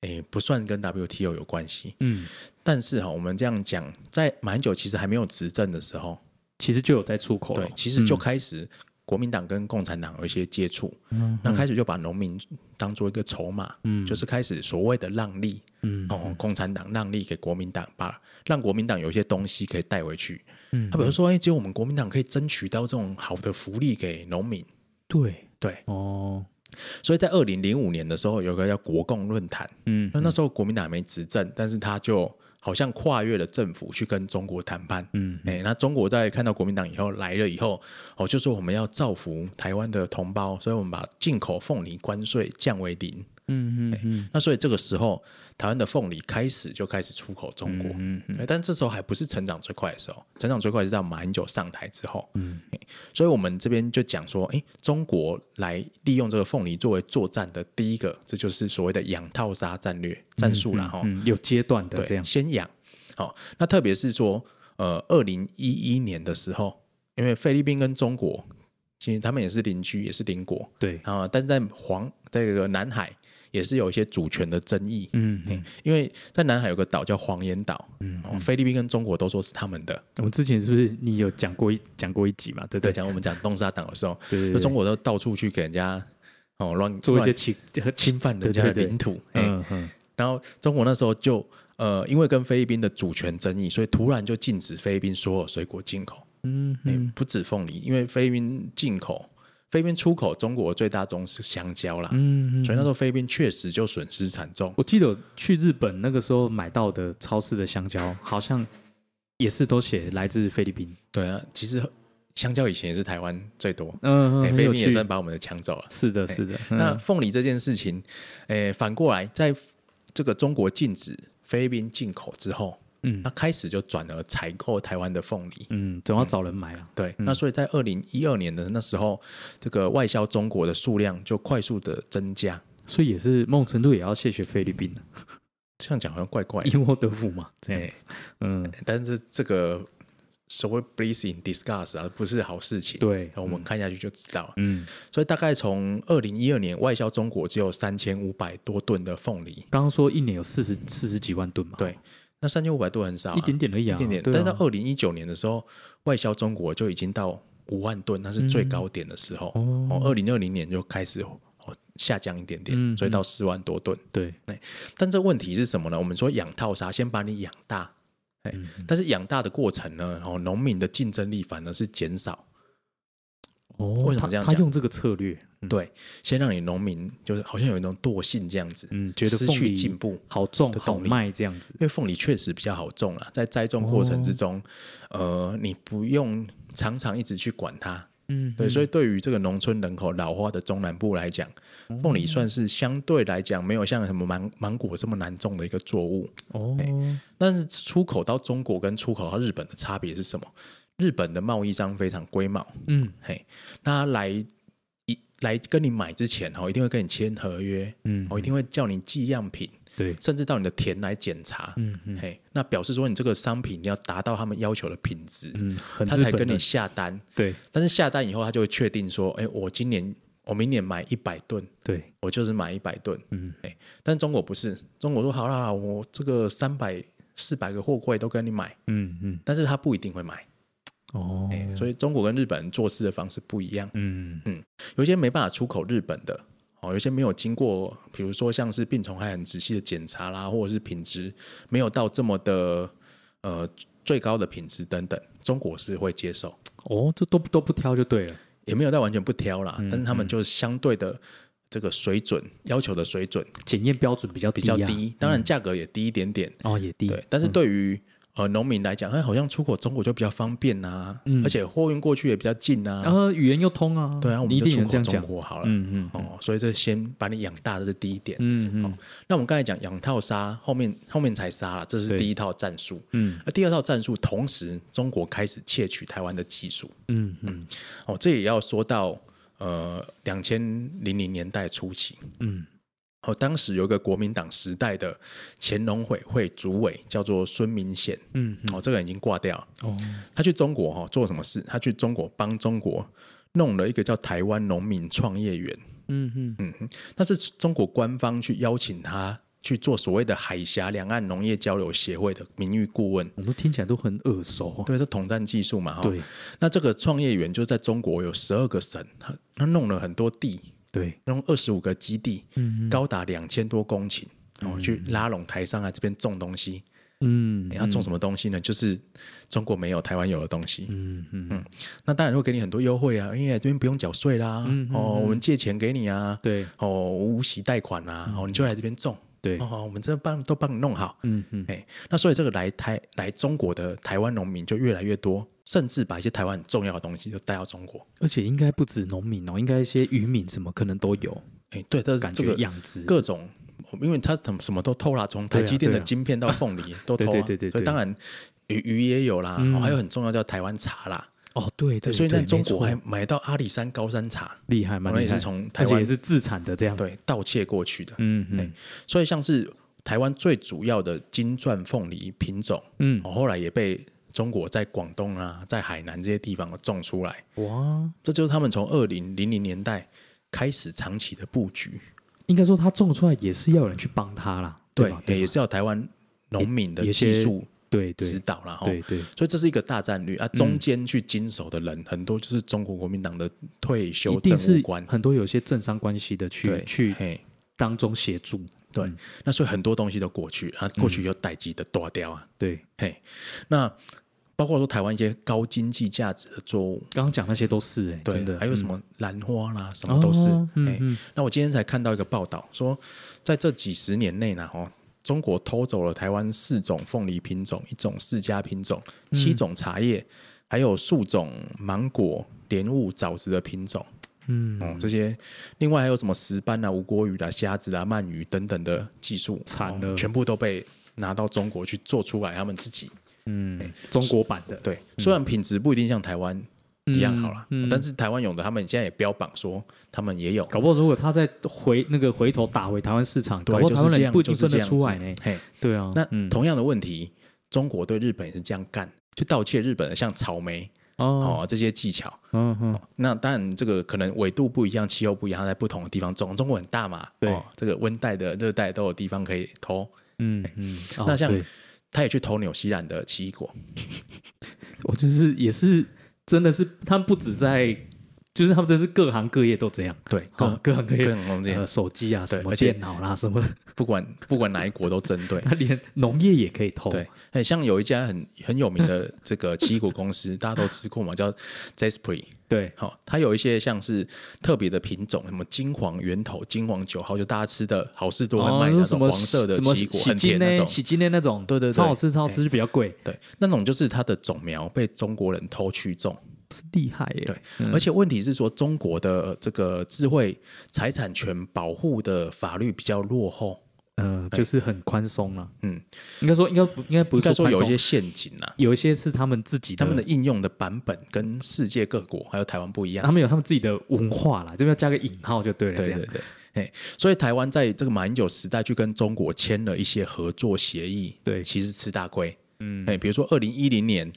Speaker 1: 诶，不算跟 WTO 有关系。
Speaker 2: 嗯，
Speaker 1: 但是哈，我们这样讲，在马英九其实还没有执政的时候，
Speaker 2: 其实就有在出口了
Speaker 1: 对，其实就
Speaker 2: 嗯
Speaker 1: 开始国民党跟共产党有一些接触，
Speaker 2: 嗯
Speaker 1: 那开始就把农民当做一个筹码，
Speaker 2: 嗯
Speaker 1: 就是开始所谓的让利，
Speaker 2: 嗯
Speaker 1: 哦，共产党让利给国民党，把让国民党有一些东西可以带回去。
Speaker 2: 嗯
Speaker 1: 他比如说，哎，只有我们国民党可以争取到这种好的福利给农民。
Speaker 2: 对
Speaker 1: 对，
Speaker 2: 哦，
Speaker 1: 所以在二零零五年的时候，有个叫国共论坛，
Speaker 2: 嗯
Speaker 1: 那那时候国民党还没执政，但是他就好像跨越了政府去跟中国谈判。
Speaker 2: 嗯
Speaker 1: 哎、那中国在看到国民党以后来了以后，哦，就说我们要造福台湾的同胞，所以我们把进口凤梨关税降为零。哎
Speaker 2: 嗯嗯嗯
Speaker 1: 那所以这个时候，台湾的凤梨开始就开始出口中国。
Speaker 2: 嗯嗯
Speaker 1: 哎但这时候还不是成长最快的时候，成长最快是到马英九上台之后。哎
Speaker 2: 嗯
Speaker 1: 所以我们这边就讲说，哎，中国来利用这个凤梨作为作战的第一个，这就是所谓的养套杀战略战术啦。哈、
Speaker 2: 嗯，有阶段的
Speaker 1: 哦对，
Speaker 2: 这样，
Speaker 1: 先养。好、那特别是说，呃，二零一一年的时候，因为菲律宾跟中国其实他们也是邻居，也是邻国
Speaker 2: 对，
Speaker 1: 啊，但是在黄这个南海也是有一些主权的争议。
Speaker 2: 嗯
Speaker 1: 嗯，因为在南海有个岛叫黄岩岛，
Speaker 2: 嗯
Speaker 1: 哦菲律宾跟中国都说是他们的。
Speaker 2: 我们之前是不是你有讲过一讲过一集嘛？对不
Speaker 1: 对，
Speaker 2: 对？
Speaker 1: 讲我们讲东沙岛的时候，
Speaker 2: 对对
Speaker 1: 就
Speaker 2: 对，
Speaker 1: 中国都到处去给人家哦乱
Speaker 2: 做一些
Speaker 1: 乱
Speaker 2: 奇
Speaker 1: 侵犯人家的
Speaker 2: 对对对
Speaker 1: 领土。哎
Speaker 2: 嗯嗯
Speaker 1: 然后中国那时候就呃，因为跟菲律宾的主权争议，所以突然就禁止菲律宾所有水果进口，
Speaker 2: 嗯
Speaker 1: 诶
Speaker 2: 嗯
Speaker 1: 不止凤梨，因为菲律宾进口、菲律宾出口中国最大宗是香蕉啦，
Speaker 2: 嗯嗯
Speaker 1: 所以那时候菲律宾确实就损失惨重。
Speaker 2: 我记得去日本那个时候买到的超市的香蕉，好像也是都写来自菲律宾。
Speaker 1: 对啊，其实香蕉以前也是台湾最多，
Speaker 2: 嗯，
Speaker 1: 诶
Speaker 2: 嗯，
Speaker 1: 菲律
Speaker 2: 有
Speaker 1: 宾也
Speaker 2: 趣。
Speaker 1: 算把我们的抢走了。
Speaker 2: 是的，是的。
Speaker 1: 那
Speaker 2: 嗯
Speaker 1: 凤梨这件事情，诶、反过来，在这个中国禁止菲律宾进口之后，
Speaker 2: 嗯
Speaker 1: 那开始就转而采购台湾的凤梨。
Speaker 2: 嗯，总要找人买啊。
Speaker 1: 对，那所以在二零一二年的那时候，这个外销中国的数量就快速的增加。
Speaker 2: 所以也是某种程度也要谢谢菲律宾啊的，
Speaker 1: 这样讲好像怪怪，
Speaker 2: 因祸得福嘛，这样子。嗯，
Speaker 1: 但是这个所谓 blessing discuss 啊，不是好事情。，
Speaker 2: 对，
Speaker 1: 我们看下去就知道了。
Speaker 2: 嗯，
Speaker 1: 所以大概从二零一二年，外销中国只有三千五百多吨的凤梨，
Speaker 2: 刚刚说一年有四十四十几万吨嘛，
Speaker 1: 对，那三千五百吨很少、啊，
Speaker 2: 一点点而已啊，
Speaker 1: 一点点。
Speaker 2: 对
Speaker 1: 但
Speaker 2: 啊
Speaker 1: 是到二零一九年的时候，外销中国就已经到五万吨，那是最高点的时候。
Speaker 2: 嗯
Speaker 1: 哦，二零二零年就开始哦下降一点点，
Speaker 2: 嗯
Speaker 1: 所以到四万多吨。
Speaker 2: 对，
Speaker 1: 但这问题是什么呢？我们说养套杀，先把你养大，哎、但是养大的过程呢，哦，农民的竞争力反而是减少。
Speaker 2: 哦，
Speaker 1: 为什么这样
Speaker 2: 他
Speaker 1: 讲
Speaker 2: 他用这个策略，嗯
Speaker 1: 对，先让你农民就是好像有一种惰性这样子，
Speaker 2: 嗯，觉得
Speaker 1: 失
Speaker 2: 凤
Speaker 1: 去
Speaker 2: 梨
Speaker 1: 进步。
Speaker 2: 好重
Speaker 1: 的
Speaker 2: 好
Speaker 1: 动力
Speaker 2: 卖这样子，
Speaker 1: 因为凤梨确实比较好种啦，在栽种过程之中，
Speaker 2: 哦
Speaker 1: 呃，你不用常常一直去管它，
Speaker 2: 嗯，
Speaker 1: 对，
Speaker 2: 嗯
Speaker 1: 所以对于这个农村人口老化的中南部来讲，凤
Speaker 2: 哦
Speaker 1: 梨算是相对来讲没有像什么芒芒果这么难种的一个作物。
Speaker 2: 哦，
Speaker 1: 但是出口到中国跟出口到日本的差别是什么？日本的贸易商非常龟毛，
Speaker 2: 嗯
Speaker 1: 嘿，那来一来跟你买之前，哦，一定会跟你签合约，
Speaker 2: 嗯
Speaker 1: 哦，一定会叫你寄样品，
Speaker 2: 对，
Speaker 1: 甚至到你的田来检查，
Speaker 2: 嗯嗯
Speaker 1: 嘿，那表示说你这个商品你要达到他们要求的品质，
Speaker 2: 嗯，很
Speaker 1: 他
Speaker 2: 日
Speaker 1: 才
Speaker 2: 本
Speaker 1: 跟你
Speaker 2: 人
Speaker 1: 下单。
Speaker 2: 对
Speaker 1: 但是下单以后，他就会确定说，哎，我今年我明年买一百吨，
Speaker 2: 对，
Speaker 1: 我就是买一百吨，
Speaker 2: 嗯
Speaker 1: 哎，但中国不是，中国说好啦，好啦我这个三百四百个货柜都跟你买，
Speaker 2: 嗯嗯，
Speaker 1: 但是他不一定会买，
Speaker 2: 哦，
Speaker 1: 哎、所以中国跟日本人做事的方式不一样，
Speaker 2: 嗯
Speaker 1: 有一些没办法出口日本的，哦，有一些没有经过，比如说像是病虫害很仔细的检查啦，或者是品质没有到这么的呃最高的品质等等，中国是会接受，
Speaker 2: 哦，这都都不挑就对了，
Speaker 1: 也没有到完全不挑啦，但是他们就是相对的这个水准要求的水准
Speaker 2: 检验标准比较
Speaker 1: 比较
Speaker 2: 啊，
Speaker 1: 低，当然价格也低一点点，
Speaker 2: 哦也低，
Speaker 1: 对，但是对于、呃，农民来讲，哎，好像出口中国就比较方便啊，
Speaker 2: 嗯
Speaker 1: 而且货运过去也比较近啊，
Speaker 2: 然后语言又通啊，
Speaker 1: 对啊，我
Speaker 2: 哦你
Speaker 1: 们
Speaker 2: 一
Speaker 1: 就
Speaker 2: 定
Speaker 1: 出口
Speaker 2: 能这样
Speaker 1: 中
Speaker 2: 讲，
Speaker 1: 国好了，
Speaker 2: 嗯嗯
Speaker 1: 哦，所以这先把你养大，这是第一点。
Speaker 2: 嗯嗯，
Speaker 1: 那我们刚才讲养套杀，后面后面才杀了，这是
Speaker 2: 对
Speaker 1: 第一套战术。
Speaker 2: 嗯，
Speaker 1: 而第二套战术，同时中国开始窃取台湾的技术。
Speaker 2: 嗯嗯
Speaker 1: 哦，这也要说到呃，两千零零年代初期。
Speaker 2: 嗯，
Speaker 1: 哦，当时有一个国民党时代的前农委会主委叫做孙明显。
Speaker 2: 嗯，
Speaker 1: 哦，这个人已经挂掉了。
Speaker 2: 哦，
Speaker 1: 他去中国哈、哦、做什么事？他去中国帮中国弄了一个叫台湾农民创业园。
Speaker 2: 嗯嗯嗯
Speaker 1: 那是中国官方去邀请他去做所谓的海峡两岸农业交流协会的名誉顾问，
Speaker 2: 我们都听起来都很耳熟啊，
Speaker 1: 对，是统战技术嘛，哈。
Speaker 2: 对
Speaker 1: 那这个创业园就在中国有十二个省，他他弄了很多地，
Speaker 2: 对，
Speaker 1: 弄二十五个基地，高达两千多公顷，然后去拉拢台商来这边种东西。
Speaker 2: 嗯
Speaker 1: 你要种什么东西呢？就是中国没有、台湾有的东西。
Speaker 2: 嗯嗯，
Speaker 1: 那当然会给你很多优惠啊，因为来这边不用缴税啦。
Speaker 2: 嗯
Speaker 1: 哦，我们借钱给你啊。
Speaker 2: 对
Speaker 1: 哦，无息贷款啊，哦，你就来这边种。
Speaker 2: 嗯对，
Speaker 1: 哦，我们这帮都帮你弄好，
Speaker 2: 嗯嗯
Speaker 1: 哎，那所以这个来台来中国的台湾农民就越来越多，甚至把一些台湾很重要的东西就带到中国。
Speaker 2: 而且应该不止农民哦，应该一些渔民什么可能都有，
Speaker 1: 哎，对，但是
Speaker 2: 感
Speaker 1: 这
Speaker 2: 觉
Speaker 1: 个
Speaker 2: 养殖
Speaker 1: 各种，因为他什么什么都偷啦，从
Speaker 2: 对啊
Speaker 1: 台积电的
Speaker 2: 对啊
Speaker 1: 晶片到凤梨
Speaker 2: (laughs)
Speaker 1: 都偷啊，
Speaker 2: 对对对对
Speaker 1: 所以
Speaker 2: 对
Speaker 1: 当然鱼鱼也有啦，
Speaker 2: 嗯
Speaker 1: 哦还有很重要叫台湾茶啦，
Speaker 2: 哦，对对，
Speaker 1: 所以在
Speaker 2: 对
Speaker 1: 中
Speaker 2: 没
Speaker 1: 国
Speaker 2: 错
Speaker 1: 还买到阿里山高山茶，
Speaker 2: 厉害，蛮
Speaker 1: 我们
Speaker 2: 厉
Speaker 1: 也
Speaker 2: 害，
Speaker 1: 是从台
Speaker 2: 而且
Speaker 1: 湾
Speaker 2: 也是自产的这样，
Speaker 1: 对盗窃过去的，
Speaker 2: 嗯嗯
Speaker 1: 所以像是台湾最主要的金钻凤梨品种。
Speaker 2: 嗯，
Speaker 1: 哦，后来也被中国在广东啊、在海南这些地方种出来，
Speaker 2: 哇，
Speaker 1: 这就是他们从二零零零年代开始长期的布局，
Speaker 2: 应该说他种出来也是要有人去帮他啦，吧？
Speaker 1: 也也
Speaker 2: 对吧
Speaker 1: 是要台湾农民的
Speaker 2: 也也
Speaker 1: 技
Speaker 2: 些
Speaker 1: 术
Speaker 2: 对
Speaker 1: 指
Speaker 2: 对
Speaker 1: 导啦，哈。
Speaker 2: 对嗯对，
Speaker 1: 所以这是一个大战略啊，中间去经手的人、很多，就是中国国民党的退
Speaker 2: 一
Speaker 1: 休
Speaker 2: 定
Speaker 1: 政
Speaker 2: 是
Speaker 1: 务官，
Speaker 2: 很多有些政商关系的去
Speaker 1: 对，
Speaker 2: 去嗯
Speaker 1: 嘿，
Speaker 2: 当中协助，
Speaker 1: 对，那所以很多东西都过去，啊，过
Speaker 2: 嗯
Speaker 1: 去有代际的断掉啊，
Speaker 2: 对，
Speaker 1: 嘿，那包括说台湾一些高经济价值的作物，
Speaker 2: 刚刚讲那些都是哎，
Speaker 1: 对
Speaker 2: 真的，
Speaker 1: 还有什么兰花啦，什么
Speaker 2: 哦
Speaker 1: 都是。
Speaker 2: 嗯
Speaker 1: 哎
Speaker 2: 嗯
Speaker 1: 那我今天才看到一个报道，说在这几十年内呢，哦，中国偷走了台湾四种凤梨品种、一种释迦品种、七种茶叶，还有数种芒果、莲雾、枣子的品种。
Speaker 2: 嗯，
Speaker 1: 哦，这些，另外还有什么石斑啊、无锅鱼啦、虾子啦、鳗鱼等等的技术，
Speaker 2: 惨了
Speaker 1: 哦全部都被拿到中国去做出来，他们自己哎
Speaker 2: 嗯，中国版的，
Speaker 1: 对，虽然品质不一定像台湾一样好了，
Speaker 2: 嗯嗯嗯
Speaker 1: 但是台湾有的他们现在也标榜说他们也有，
Speaker 2: 搞不好如果他再回那个回头打回台湾市场，
Speaker 1: 对，
Speaker 2: 搞不好
Speaker 1: 就
Speaker 2: 台
Speaker 1: 是
Speaker 2: 湾
Speaker 1: 这
Speaker 2: 人
Speaker 1: 样，
Speaker 2: 不一定
Speaker 1: 就是
Speaker 2: 分
Speaker 1: 这
Speaker 2: 得
Speaker 1: 样
Speaker 2: 出来
Speaker 1: 子
Speaker 2: 呢。
Speaker 1: 嘿，
Speaker 2: 对啊，
Speaker 1: 那
Speaker 2: 嗯
Speaker 1: 同样的问题，中国对日本也是这样干，就盗窃日本的像草莓
Speaker 2: 哦，
Speaker 1: 哦这些技巧。
Speaker 2: 嗯嗯，
Speaker 1: 那当然，这个可能纬度不一样，气候不一样，它在不同的地方种。中国很大嘛，
Speaker 2: 对
Speaker 1: 哦，这个温带的、热带都有地方可以偷。
Speaker 2: 嗯嗯，哦
Speaker 1: 那像
Speaker 2: 对
Speaker 1: 他也去偷纽西兰的奇异果，
Speaker 2: 嗯我就是也是真的是，他们不止在，就是他们真是各行各业都这样，
Speaker 1: 对，各
Speaker 2: 哦，各行各业
Speaker 1: 嗯各。种这些
Speaker 2: 呃，手机啊，
Speaker 1: 对
Speaker 2: 什么
Speaker 1: 而且
Speaker 2: 电脑啦，什么， (laughs)
Speaker 1: 不管不管哪一国都针对。
Speaker 2: 他连农业也可以偷。
Speaker 1: 对，很哦哎像有一家很很有名的这个奇异果公司， (laughs) 大家都吃过嘛，叫 Zespri。
Speaker 2: 对
Speaker 1: 好、它有一些像是特别的品种，什么金黄源头、金黄九号，就大家吃的好事多会卖的
Speaker 2: 哦
Speaker 1: 那
Speaker 2: 什
Speaker 1: 种
Speaker 2: 么
Speaker 1: 黄色的
Speaker 2: 什么
Speaker 1: 奇异果，
Speaker 2: 喜
Speaker 1: 很
Speaker 2: 金
Speaker 1: 甜那
Speaker 2: 呢？
Speaker 1: 种。
Speaker 2: 喜金呢那种，
Speaker 1: 对对对
Speaker 2: 超好吃，超好吃就比较贵，
Speaker 1: 对，那种就是它的种苗被中国人偷去种，
Speaker 2: 是厉害耶。
Speaker 1: 对，而且问题是说中国的这个智慧财产权保护的法律比较落后，
Speaker 2: 呃，
Speaker 1: 对
Speaker 2: 就是很宽松了。
Speaker 1: 嗯，
Speaker 2: 应该说应该不应该不
Speaker 1: 应
Speaker 2: 是
Speaker 1: 该说有一
Speaker 2: 宽松
Speaker 1: 些陷阱啊，
Speaker 2: 有一些是他们自己
Speaker 1: 他
Speaker 2: 的
Speaker 1: 们的应用的版本跟世界各国还有台湾不一样
Speaker 2: 他。们有他们自己的文化啦，这边要加个引号就对了。
Speaker 1: 对
Speaker 2: 这样
Speaker 1: 对对，哎，所以台湾在这个马英九时代去跟中国签了一些合作协议，
Speaker 2: 对
Speaker 1: 其实吃大亏。嗯，哎，比如说二零一零年，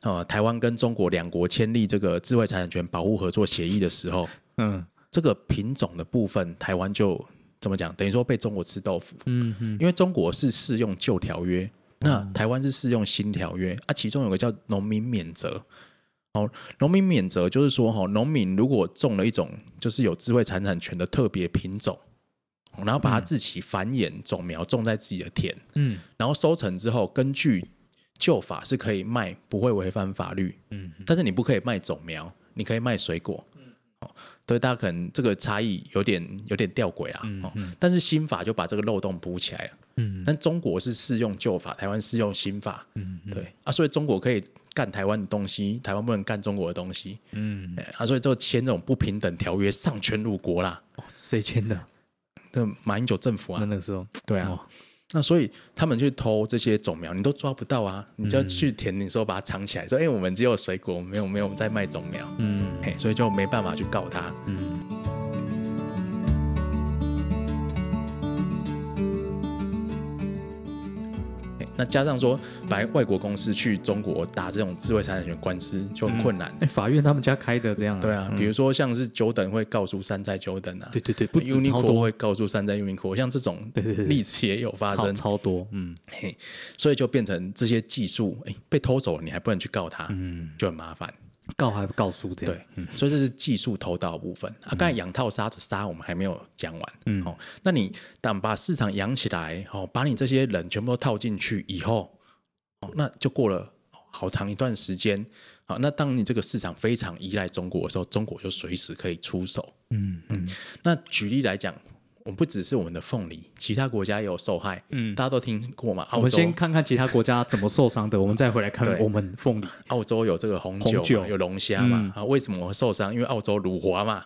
Speaker 1: 呃，台湾跟中国两国签订这个智慧财产权保护合作协议的时候，
Speaker 2: 嗯
Speaker 1: 这个品种的部分，台湾就怎么讲？等于说被中国吃豆腐，
Speaker 2: 嗯嗯，哦
Speaker 1: 因为中国是适用旧条约，那台湾是适用新条约啊。其中有个叫农民免责。哦，农民免责就是说，哈，农民如果种了一种就是有智慧财产权的特别品种，哦然后把它自己繁衍种苗种在自己的田，
Speaker 2: 嗯，
Speaker 1: 然后收成之后，根据旧法是可以卖，不会违反法律，嗯，但是你不可以卖种苗，你可以卖水果，对，大家可能这个差异有点有点吊诡啊、哦，但是新法就把这个漏洞补起来了。嗯，但中国是适用旧法，台湾适用新法。嗯，对啊，所以中国可以干台湾的东西，台湾不能干中国的东西。嗯，啊，所以就签这种不平等条约，上权辱国啦。
Speaker 2: 哦谁签的？
Speaker 1: 那马英九政府
Speaker 2: 那
Speaker 1: 啊，
Speaker 2: 那个时候，
Speaker 1: 对啊，
Speaker 2: 哦
Speaker 1: 那所以他们去偷这些种苗，你都抓不到啊！你就要去田里的时候把它藏起来，说：“哎、我们只有水果，没有没有我们在卖种苗。
Speaker 2: 嗯
Speaker 1: 嘿，所以就没办法去告他。
Speaker 2: 嗯，
Speaker 1: 嘿那加上说，白外国公司去中国打这种智慧财产权官司就很困难。
Speaker 2: 哎，法院他们家开的这样啊？
Speaker 1: 对啊，比如说像是九等会告诉山寨九等啊，
Speaker 2: 对对对，不止超
Speaker 1: Uniqlo
Speaker 2: 多，
Speaker 1: 会告诉山寨 Uniqlo，像这种
Speaker 2: 对对对对
Speaker 1: 例子也有发
Speaker 2: 超
Speaker 1: 生，
Speaker 2: 超多，嗯
Speaker 1: 嘿，所以就变成这些技术哎被偷走了，你还不能去告他，嗯，就很麻烦。
Speaker 2: 告还不告诉这样。
Speaker 1: 对，，所以这是技术偷盗的部分。啊，
Speaker 2: 嗯
Speaker 1: 刚才养套杀的杀我们还没有讲完，嗯，哦，那你但把市场养起来，哦，把你这些人全部都套进去以后，哦，那就过了好长一段时间。好，那当你这个市场非常依赖中国的时候，中国就随时可以出手。
Speaker 2: 嗯嗯
Speaker 1: 那举例来讲，我们不只是我们的凤梨，其他国家也有受害。嗯，大家都听过嘛？
Speaker 2: 我
Speaker 1: 澳
Speaker 2: 们
Speaker 1: 洲
Speaker 2: 先看看其他国家怎么受伤的， (laughs) 我们再回来看
Speaker 1: 对
Speaker 2: 我们凤梨。
Speaker 1: 澳洲有这个红酒嘛，
Speaker 2: 红酒嗯
Speaker 1: 有龙虾嘛？啊，为什么受伤？因为澳洲辱华
Speaker 2: (laughs)
Speaker 1: 嘛。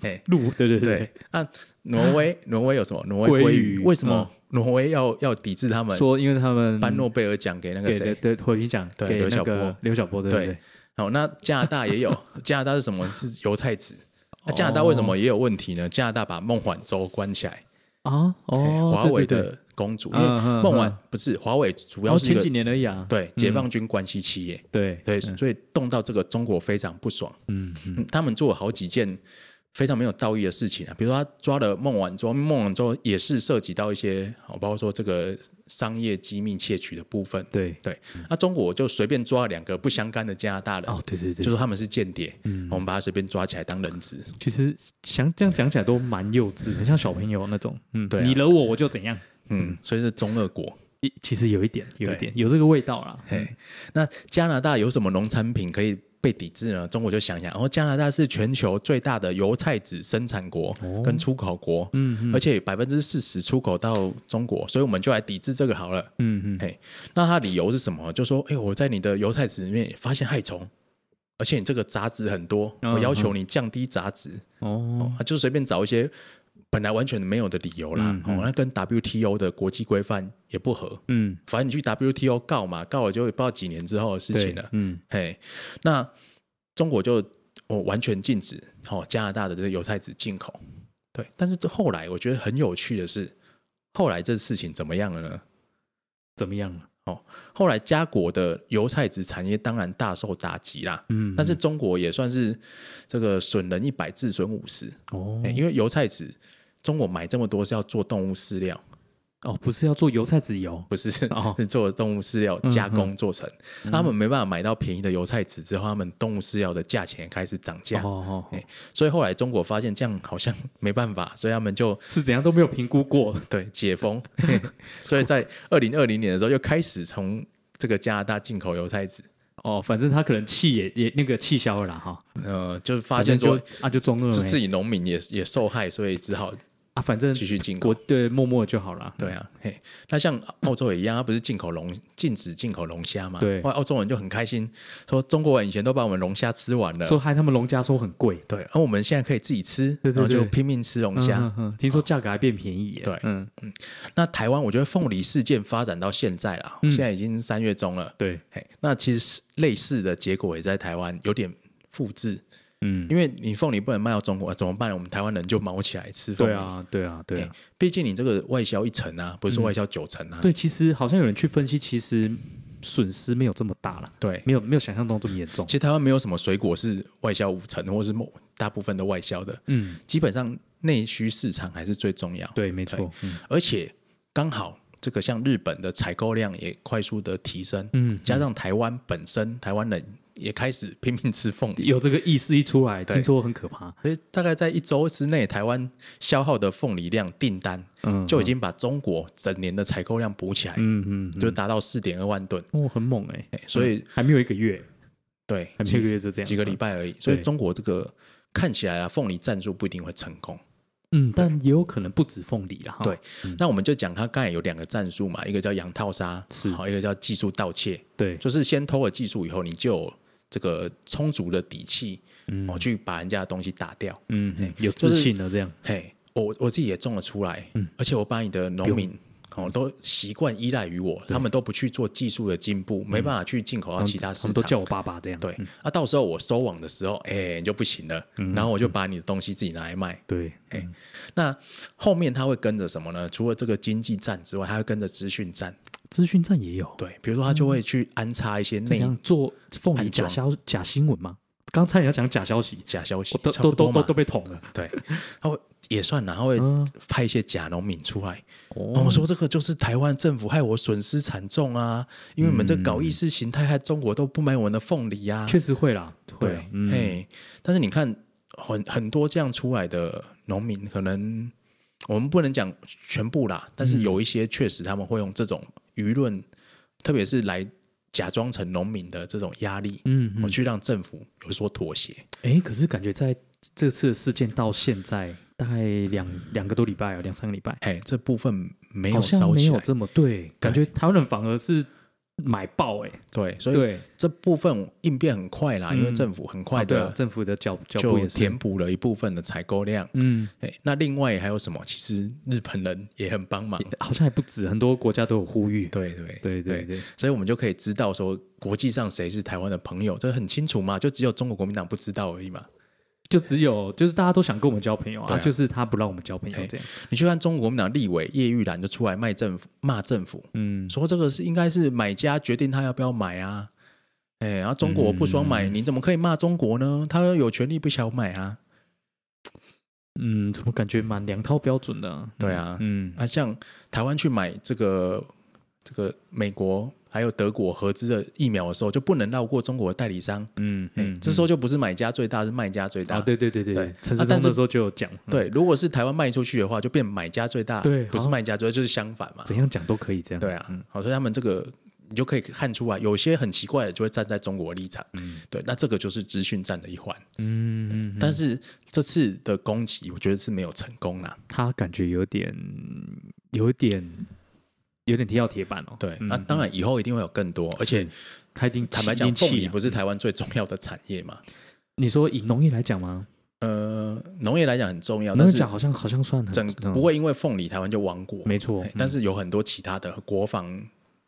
Speaker 1: 哎，
Speaker 2: 路，对对
Speaker 1: 对，，那挪威， (laughs) 挪威有什么？挪威
Speaker 2: 鲑
Speaker 1: 鲑
Speaker 2: 鱼
Speaker 1: 鱼，嗯为什么挪威要要抵制他们？
Speaker 2: 说因为他们
Speaker 1: 颁诺贝尔奖给那个
Speaker 2: 给的
Speaker 1: 谁？
Speaker 2: 对回评奖
Speaker 1: 对
Speaker 2: 给
Speaker 1: 刘
Speaker 2: 那
Speaker 1: 晓
Speaker 2: 个
Speaker 1: 波
Speaker 2: 刘晓波，对
Speaker 1: 对
Speaker 2: 对？
Speaker 1: 好，那加拿大也有， (laughs) 加拿大是什么？是犹太子。那加拿大为什么也有问题呢？加拿大把梦幻州关起来，
Speaker 2: 啊，哦，
Speaker 1: 华
Speaker 2: 对
Speaker 1: 为，
Speaker 2: 对对
Speaker 1: 的公主，因
Speaker 2: 嗯
Speaker 1: 为
Speaker 2: 嗯
Speaker 1: 梦幻
Speaker 2: 嗯
Speaker 1: 不是华为，主
Speaker 2: 然
Speaker 1: 要
Speaker 2: 后
Speaker 1: 是一
Speaker 2: 前几
Speaker 1: 个
Speaker 2: 年而已啊，
Speaker 1: 对解放军关系企业，
Speaker 2: 对
Speaker 1: 对，所以动到这个中国非常不爽。
Speaker 2: 嗯
Speaker 1: 嗯他们做了好几件非常没有道义的事情啊，比如说他抓了孟晚舟，孟晚舟也是涉及到一些，哦包括说这个商业机密窃取的部分。
Speaker 2: 对，
Speaker 1: 对，那、中国就随便抓了两个不相干的加拿大人，
Speaker 2: 哦，对对对
Speaker 1: 就，说他们是间谍，我们把他随便抓起来当人质。
Speaker 2: 其实想这样讲起来都蛮幼稚，很像小朋友那种。嗯，
Speaker 1: 对啊
Speaker 2: 你惹我我就怎样。
Speaker 1: 嗯，所以是中俄国。
Speaker 2: 一其实有一点，有一
Speaker 1: 对
Speaker 2: 点有这个味道啦。
Speaker 1: 嘿，那加拿大有什么农产品可以被抵制呢？中国就想想，然后加拿大是全球最大的油菜籽生产国跟出口国，嗯，而且百分之四十出口到中国，所以我们就来抵制这个好了。
Speaker 2: 嗯嗯，
Speaker 1: 嘿，那它理由是什么？就说，哎、我在你的油菜籽里面发现害虫，而且你这个杂质很多，
Speaker 2: 嗯
Speaker 1: 我要求你降低杂质，
Speaker 2: 哦，
Speaker 1: 啊，就随便找一些本来完全没有的理由啦。哦，那跟 WTO 的国际规范也不合。
Speaker 2: 嗯，
Speaker 1: 反正你去 WTO 告嘛，告了就不知道几年之后的事情
Speaker 2: 对
Speaker 1: 了，。
Speaker 2: 嗯，
Speaker 1: 嘿，那中国就我完全禁止哦加拿大的这个油菜籽进口。对，但是后来我觉得很有趣的是，后来这事情怎么样了呢？
Speaker 2: 怎么样啊了？
Speaker 1: 后来加国的油菜籽产业当然大受打击啦，
Speaker 2: 嗯，
Speaker 1: 但是中国也算是这个损人一百自损五十，
Speaker 2: 哦
Speaker 1: 欸因为油菜籽，中国买这么多是要做动物饲料，
Speaker 2: 哦，不是要做油菜籽油
Speaker 1: 不是、
Speaker 2: 哦嗯
Speaker 1: 是做动物饲料加工做成。他们没办法买到便宜的油菜籽之后，他们动物饲料的价钱开始涨价，
Speaker 2: 哦哦，哦
Speaker 1: 欸所以后来中国发现这样好像没办法， (laughs) 所以他们就是
Speaker 2: 怎样都没有评估过。
Speaker 1: 对解
Speaker 2: (laughs)
Speaker 1: 封，所以在二零二零年的时候又开始从这个加拿大进口油菜籽。
Speaker 2: 哦，反正他可能气也也那个气消了啦哈。
Speaker 1: 呃，就是发
Speaker 2: 反
Speaker 1: 现
Speaker 2: 正就
Speaker 1: 说
Speaker 2: 啊，就中二
Speaker 1: 是
Speaker 2: 欸
Speaker 1: 自己农民也也受害，所以只好
Speaker 2: 啊，反正
Speaker 1: 继续进口
Speaker 2: 国。对默默就好了。
Speaker 1: 对啊，嘿，那像澳洲也一样，它不是进口龙禁止进口龙虾嘛？
Speaker 2: 对
Speaker 1: 后来澳洲人就很开心，说中国人以前都把我们龙虾吃完了，
Speaker 2: 说害他们龙虾说很贵，
Speaker 1: 对，啊而我们现在可以自己吃，
Speaker 2: 对对对
Speaker 1: 然后就拼命吃龙虾。
Speaker 2: 嗯嗯嗯听说价格还变便宜耶。
Speaker 1: 对
Speaker 2: 嗯，
Speaker 1: 那台湾，我觉得凤梨事件发展到现在啦，
Speaker 2: 嗯
Speaker 1: 现在已经三月中了，
Speaker 2: 对，
Speaker 1: 嘿，那其实类似的结果也在台湾有点复制，
Speaker 2: 嗯，
Speaker 1: 因为你凤梨不能卖到中国，啊怎么办？我们台湾人就毛起来吃凤梨。
Speaker 2: 对啊，对啊，对啊嗯
Speaker 1: 嘿，毕竟你这个外销一层啊，不是外销九层啊。
Speaker 2: 对，其实好像有人去分析，其实损失没有这么大了，
Speaker 1: 对，
Speaker 2: 没有没有想象中这么严重
Speaker 1: 其。实台湾没有什么水果是外销五成，或是某大部分都外销的，
Speaker 2: 嗯，
Speaker 1: 基本上内需市场还是最重要。
Speaker 2: 对，没错。嗯
Speaker 1: 而且刚好这个像日本的采购量也快速的提升，
Speaker 2: 嗯，
Speaker 1: 加上台湾本身台湾人也开始拼命吃凤梨，
Speaker 2: 有这个意识一出来，
Speaker 1: 对
Speaker 2: 听说很可怕。
Speaker 1: 所以大概在一周之内，台湾消耗的凤梨量订单
Speaker 2: 嗯，
Speaker 1: 就已经把中国整年的采购量补起来，
Speaker 2: 嗯嗯，
Speaker 1: 就达到四点二万吨。
Speaker 2: 哦，很猛哎，
Speaker 1: 哎所以
Speaker 2: 还没有一个月，
Speaker 1: 对，
Speaker 2: 还没有一
Speaker 1: 几
Speaker 2: 个月就这样，
Speaker 1: 几个礼拜而已。所以
Speaker 2: 对
Speaker 1: 中国这个看起来啊，凤梨战术不一定会成功。
Speaker 2: 嗯，但也有可能不止凤梨了哈。
Speaker 1: 对那我们就讲它刚才有两个战术嘛，一个叫洋套杀，
Speaker 2: 是
Speaker 1: 好，一个叫技术盗窃，
Speaker 2: 对，
Speaker 1: 就是先偷了技术以后，你就有这个充足的底气，哦，去把人家的东西打掉。
Speaker 2: 嗯，嗯有
Speaker 1: 就
Speaker 2: 自
Speaker 1: 哎是啊
Speaker 2: 信了这样。
Speaker 1: 嘿，我我自己也种了出来，
Speaker 2: 嗯
Speaker 1: 而且我把你的农民哦都习惯依赖于我，
Speaker 2: 嗯
Speaker 1: 他们都不去做技术的进步，没办法去进口到其他
Speaker 2: 他
Speaker 1: 市
Speaker 2: 们都
Speaker 1: 场。
Speaker 2: 叫我嗯爸爸这样。
Speaker 1: 对，啊，到时候我收网的时候，哎、你就不行了，
Speaker 2: 嗯
Speaker 1: 然后我就把你的东西自己拿来卖。
Speaker 2: 对，
Speaker 1: 哎、那后面它会跟着什么呢？除了这个经济战之外，它会跟着资讯战。
Speaker 2: 资讯站也有。
Speaker 1: 对，比如说它就会去安插一些
Speaker 2: 是这
Speaker 1: 内
Speaker 2: 样做凤梨
Speaker 1: 安
Speaker 2: 假
Speaker 1: 装
Speaker 2: 消假新闻吗？刚才你要讲假消息，
Speaker 1: 假消息
Speaker 2: 我，哦都
Speaker 1: 差
Speaker 2: 都
Speaker 1: 不
Speaker 2: 都
Speaker 1: 多
Speaker 2: 都
Speaker 1: 嘛
Speaker 2: 都被捅了。
Speaker 1: 对，它会也算啦，然后会
Speaker 2: 嗯
Speaker 1: 派一些假农民出来。然后
Speaker 2: 哦
Speaker 1: 我，说这个就是台湾政府害我损失惨重啊，因为你们这搞意识形态，害中国都不买我们的凤梨啊。
Speaker 2: 确实会啦，会
Speaker 1: 对
Speaker 2: 啊，，
Speaker 1: 哎，但是你看很很多这样出来的农民，可能我们不能讲全部啦，但
Speaker 2: 嗯
Speaker 1: 是有一些确实他们会用这种舆论，特别是来假装成农民的这种压力，
Speaker 2: 嗯
Speaker 1: 我去让政府有所妥协。
Speaker 2: 哎，可是感觉在这次的事件到现在大概两两个多礼拜哦，两三个礼拜，
Speaker 1: 嘿，这部分没有
Speaker 2: 好像
Speaker 1: 烧
Speaker 2: 没
Speaker 1: 起
Speaker 2: 有
Speaker 1: 来，
Speaker 2: 这么对，感觉台湾人反而是买爆哎，
Speaker 1: 对，所以
Speaker 2: 对，
Speaker 1: 这部分应变很快啦，因为
Speaker 2: 嗯
Speaker 1: 政府很
Speaker 2: 啊
Speaker 1: 快
Speaker 2: 对啊
Speaker 1: 的
Speaker 2: 政府的脚脚步
Speaker 1: 就
Speaker 2: 也是
Speaker 1: 填，补了一部分的采购量。
Speaker 2: 嗯，
Speaker 1: 哎，那另外还有什么？其实日本人也很帮忙。
Speaker 2: 好像还不止，很多国家都有呼吁，
Speaker 1: (laughs) 对对
Speaker 2: 对对对，
Speaker 1: 所以我们就可以知道说，国际上谁是台湾的朋友，这很清楚嘛，就只有中国国民党不知道而已嘛。
Speaker 2: 就只有就是大家都想跟我们交朋友
Speaker 1: 对
Speaker 2: 啊，
Speaker 1: 啊
Speaker 2: 就是他不让我们交朋友
Speaker 1: 嘿
Speaker 2: 这样，
Speaker 1: 你去看中国国民党立委叶玉兰就出来骂政府，骂政府
Speaker 2: 嗯，
Speaker 1: 说这个是应该是买家决定他要不要买啊。哎，然后中国不爽买，你怎么可以骂中国呢？他有权利不想买啊。
Speaker 2: 嗯，怎么感觉蛮两套标准的、啊？
Speaker 1: 对啊
Speaker 2: 嗯，
Speaker 1: 啊，像台湾去买这个这个美国还有德国合资的疫苗的时候，就不能绕过中国的代理商。
Speaker 2: 嗯
Speaker 1: 哎、这时候就不是买家最大，是卖家最大。
Speaker 2: 啊，对对对对
Speaker 1: 对
Speaker 2: 陈
Speaker 1: 啊
Speaker 2: 世忠
Speaker 1: 但是
Speaker 2: 那时候就有讲，嗯
Speaker 1: 对如果是台湾卖出去的话，就变买家最大，
Speaker 2: 对
Speaker 1: 不是
Speaker 2: 好
Speaker 1: 卖家最大，就是相反嘛。
Speaker 2: 怎样讲都可以这嗯样。
Speaker 1: 对啊，好，所以他们这个你就可以看出来，有些很奇怪的就会站在中国的立场。对，那这个就是资讯战的一环。
Speaker 2: 嗯，
Speaker 1: 但是这次的攻击，我觉得是没有成功啦。
Speaker 2: 他感觉有点，有点，有点踢到铁板哦。
Speaker 1: 对，
Speaker 2: 嗯
Speaker 1: 那、当然以后一定会有更多，而且
Speaker 2: 是他一定
Speaker 1: 坦
Speaker 2: 气
Speaker 1: 白
Speaker 2: 一
Speaker 1: 讲，
Speaker 2: 定
Speaker 1: 凤
Speaker 2: 气
Speaker 1: 梨
Speaker 2: 啊
Speaker 1: 不是台湾最重要的产业嘛。
Speaker 2: 你说以农业来讲吗？
Speaker 1: 呃，农业来讲很重要，
Speaker 2: 农
Speaker 1: 但
Speaker 2: 业
Speaker 1: 是
Speaker 2: 讲好像好像算很
Speaker 1: 整
Speaker 2: 嗯
Speaker 1: 不会因为凤梨台湾就亡国，
Speaker 2: 没错嗯
Speaker 1: 哎，但是有很多其他的国防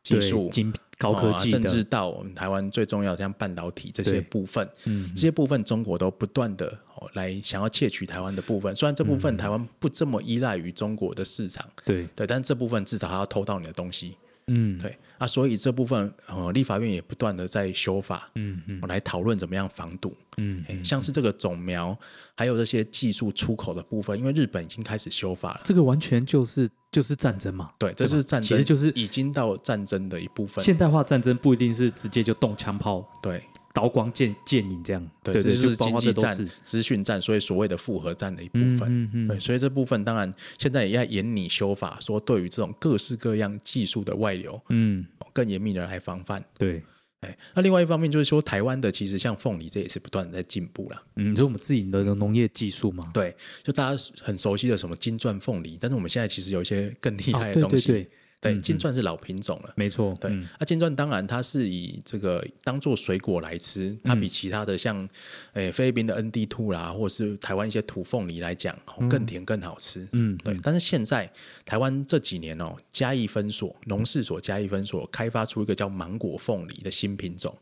Speaker 1: 技
Speaker 2: 对
Speaker 1: 术、
Speaker 2: 精高科
Speaker 1: 哦啊
Speaker 2: 技
Speaker 1: 甚至
Speaker 2: 的，
Speaker 1: 到我们台湾最重要的像半导体这些
Speaker 2: 对
Speaker 1: 部分，
Speaker 2: 嗯
Speaker 1: 这些部分中国都不断的哦来想要窃取台湾的部分。虽然这部
Speaker 2: 嗯
Speaker 1: 分台湾不这么依赖于中国的市场，
Speaker 2: 对，
Speaker 1: 对，但这部分至少它要偷到你的东西，
Speaker 2: 嗯
Speaker 1: 对啊，所以这部分呃立法院也不断的在修法，
Speaker 2: 嗯嗯
Speaker 1: 哦来讨论怎么样防堵。
Speaker 2: 嗯
Speaker 1: 哎像是这个种苗，还有这些技术出口的部分，因为日本已经开始修法了。
Speaker 2: 这个完全就是就是战争嘛。
Speaker 1: 对，这
Speaker 2: 吧
Speaker 1: 是战争，
Speaker 2: 其实就是
Speaker 1: 已经到战争的一部分。
Speaker 2: 现代化战争不一定是直接就动枪炮、
Speaker 1: 对，
Speaker 2: 刀光剑剑影这样，
Speaker 1: 对，
Speaker 2: 对
Speaker 1: 这就是
Speaker 2: 包
Speaker 1: 经
Speaker 2: 括
Speaker 1: 济
Speaker 2: 这都
Speaker 1: 战
Speaker 2: 是、
Speaker 1: 资讯战，所以所谓的复合战的一部分。
Speaker 2: 嗯嗯
Speaker 1: 对，所以这部分当然现在也要严拟修法，说对于这种各式各样技术的外流，
Speaker 2: 嗯，
Speaker 1: 更严密的来防范。
Speaker 2: 对，
Speaker 1: 哎，那另外一方面就是说，台湾的其实像凤梨，这也是不断的在进步啦。
Speaker 2: 嗯，你说我们自己的农业技术嘛，
Speaker 1: 对，就大家很熟悉的什么金钻凤梨，但是我们现在其实有一些更厉害
Speaker 2: 啊
Speaker 1: 的
Speaker 2: 对
Speaker 1: 东
Speaker 2: 对
Speaker 1: 西。
Speaker 2: 对，
Speaker 1: 对金钻是老品种了。
Speaker 2: 没错，
Speaker 1: 对，那、啊
Speaker 2: 嗯
Speaker 1: 金钻当然它是以这个当做水果来吃，它
Speaker 2: 嗯
Speaker 1: 比其他的像诶、菲律宾的 ND two 啦，或者是台湾一些土凤梨来讲，哦更甜更好吃。
Speaker 2: 嗯，
Speaker 1: 对，但是现在台湾这几年哦，嘉义分所农事所嘉义分所开发出一个叫芒果凤梨的新品种，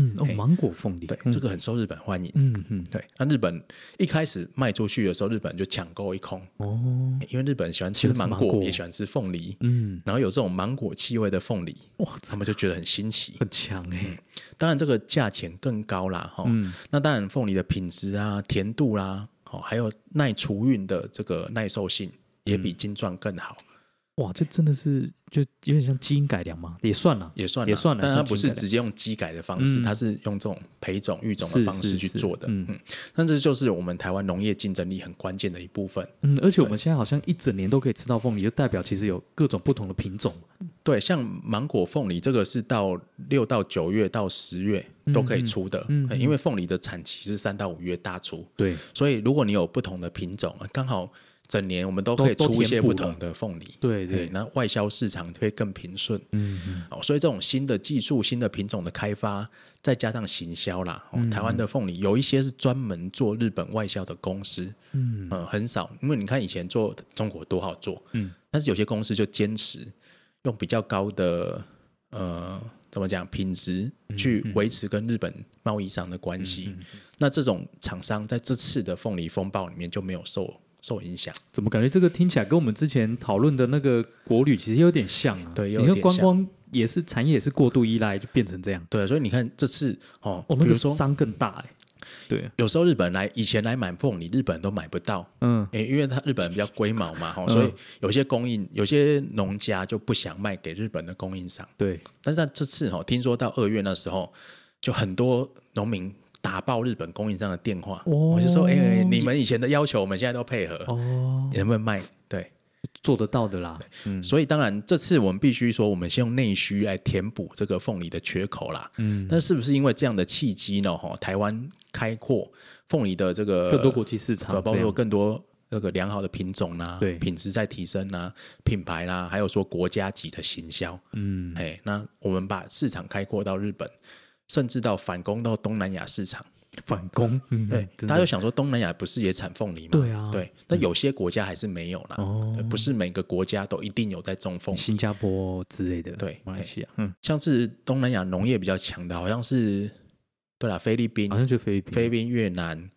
Speaker 2: 嗯，哦，
Speaker 1: 哎
Speaker 2: 芒果凤梨，
Speaker 1: 对，
Speaker 2: 嗯
Speaker 1: 这个很受日本欢迎。
Speaker 2: 嗯嗯，
Speaker 1: 对，那日本一开始卖出去的时候，日本就抢购一空，
Speaker 2: 哦，
Speaker 1: 因为日本喜欢吃
Speaker 2: 喜欢吃
Speaker 1: 芒
Speaker 2: 芒
Speaker 1: 果，
Speaker 2: 果
Speaker 1: 也喜欢吃凤梨，
Speaker 2: 嗯，
Speaker 1: 然后有这种芒果气味的凤梨，
Speaker 2: 哇，这
Speaker 1: 他们就觉得很新奇。
Speaker 2: 很强哎，
Speaker 1: 当然，这个价钱更高啦，哈、
Speaker 2: 嗯
Speaker 1: 那当然，凤梨的品质啊、甜度啦、哦，还有耐储运的这个耐受性，也
Speaker 2: 嗯
Speaker 1: 比金钻更好，
Speaker 2: 哇，这真的是就有点像基因改良嘛，也算了，
Speaker 1: 也算啦
Speaker 2: 也算啦
Speaker 1: 但它
Speaker 2: 算基
Speaker 1: 不
Speaker 2: 因
Speaker 1: 是
Speaker 2: 改良
Speaker 1: 直接用机改的方式，
Speaker 2: 嗯
Speaker 1: 它是用这种培种、育种的
Speaker 2: 是
Speaker 1: 方式
Speaker 2: 是
Speaker 1: 去
Speaker 2: 是
Speaker 1: 做的。
Speaker 2: 嗯
Speaker 1: 嗯，那这就是我们台湾农业竞争力很关键的一部分。
Speaker 2: 嗯，而且我们现在好像一整年都可以吃到凤梨，就代表其实有各种不同的品种。
Speaker 1: 对，像芒果、凤梨这个是到六到九月到十月都可以出的，
Speaker 2: 嗯
Speaker 1: 因为凤梨的产期是三到五月大出，
Speaker 2: 对，
Speaker 1: 所以如果你有不同的品种，呃刚好整年我们都可以
Speaker 2: 都都
Speaker 1: 出一些
Speaker 2: 填补
Speaker 1: 不
Speaker 2: 了
Speaker 1: 同的凤梨。
Speaker 2: 对对
Speaker 1: 哎那外销市场会更平顺。嗯哦，所以这种新的技术、新的品种的开发，再加上行销啦，哦、台湾的凤梨有一些是专门做日本外销的公司，嗯、呃，很少，因为你看以前做中国多好做，嗯，但是有些公司就坚持用比较高的呃。怎么讲？品质去维持跟日本贸易上的关系，那这种厂商在这次的凤梨风暴里面就没有受受影响。
Speaker 2: 怎么感觉这个听起来跟我们之前讨论的那个国旅其实有点像啊？
Speaker 1: 对有
Speaker 2: 你看
Speaker 1: 点
Speaker 2: 观
Speaker 1: 像
Speaker 2: 光也是产业也是过度依赖，就变成这样。
Speaker 1: 对，啊所以你看这次哦，
Speaker 2: 哦，
Speaker 1: 比
Speaker 2: 那
Speaker 1: 如
Speaker 2: 个
Speaker 1: 说
Speaker 2: 伤更大哎。对，
Speaker 1: 有时候日本来以前来买凤梨，日本都买不到，
Speaker 2: 嗯，
Speaker 1: 诶，因为它日本比较龟毛嘛，吼，
Speaker 2: 嗯
Speaker 1: 所以有些供应有些农家就不想卖给日本的供应商。
Speaker 2: 对，
Speaker 1: 但是他这次哦，听说到二月那时候，就很多农民打爆日本供应商的电话，我就说，哎、你们以前的要求，我们现在都配合，
Speaker 2: 哦，
Speaker 1: 你能不能卖？对，
Speaker 2: 做得到的啦。
Speaker 1: 所以当然这次我们必须说，我们先用内需来填补这个凤梨的缺口啦。嗯，但是不是因为这样的契机呢？哈，台湾开阔凤梨的这个
Speaker 2: 更多国际市场
Speaker 1: 对，包
Speaker 2: 啊这
Speaker 1: 括
Speaker 2: 样
Speaker 1: 更多那个良好的品种啦、
Speaker 2: 对
Speaker 1: 品质在提升啦、啊品牌啦、还有说国家级的行销，嗯，哎，那我们把市场开阔到日本，甚至到反攻到东南亚市场。
Speaker 2: 反攻，嗯，
Speaker 1: 对，
Speaker 2: 真
Speaker 1: 大家
Speaker 2: 的
Speaker 1: 就想说东南亚不是也产凤梨吗？
Speaker 2: 对啊哦
Speaker 1: 对，那有些国家还是没有啦，对不是每个国家都一定有在种凤梨。
Speaker 2: 新加坡之类的，
Speaker 1: 对哎
Speaker 2: 马来西亚，嗯，
Speaker 1: 像是东南亚农业比较强的，好像是对啦，菲律宾
Speaker 2: 好、像就菲律宾，
Speaker 1: 菲律宾、越南、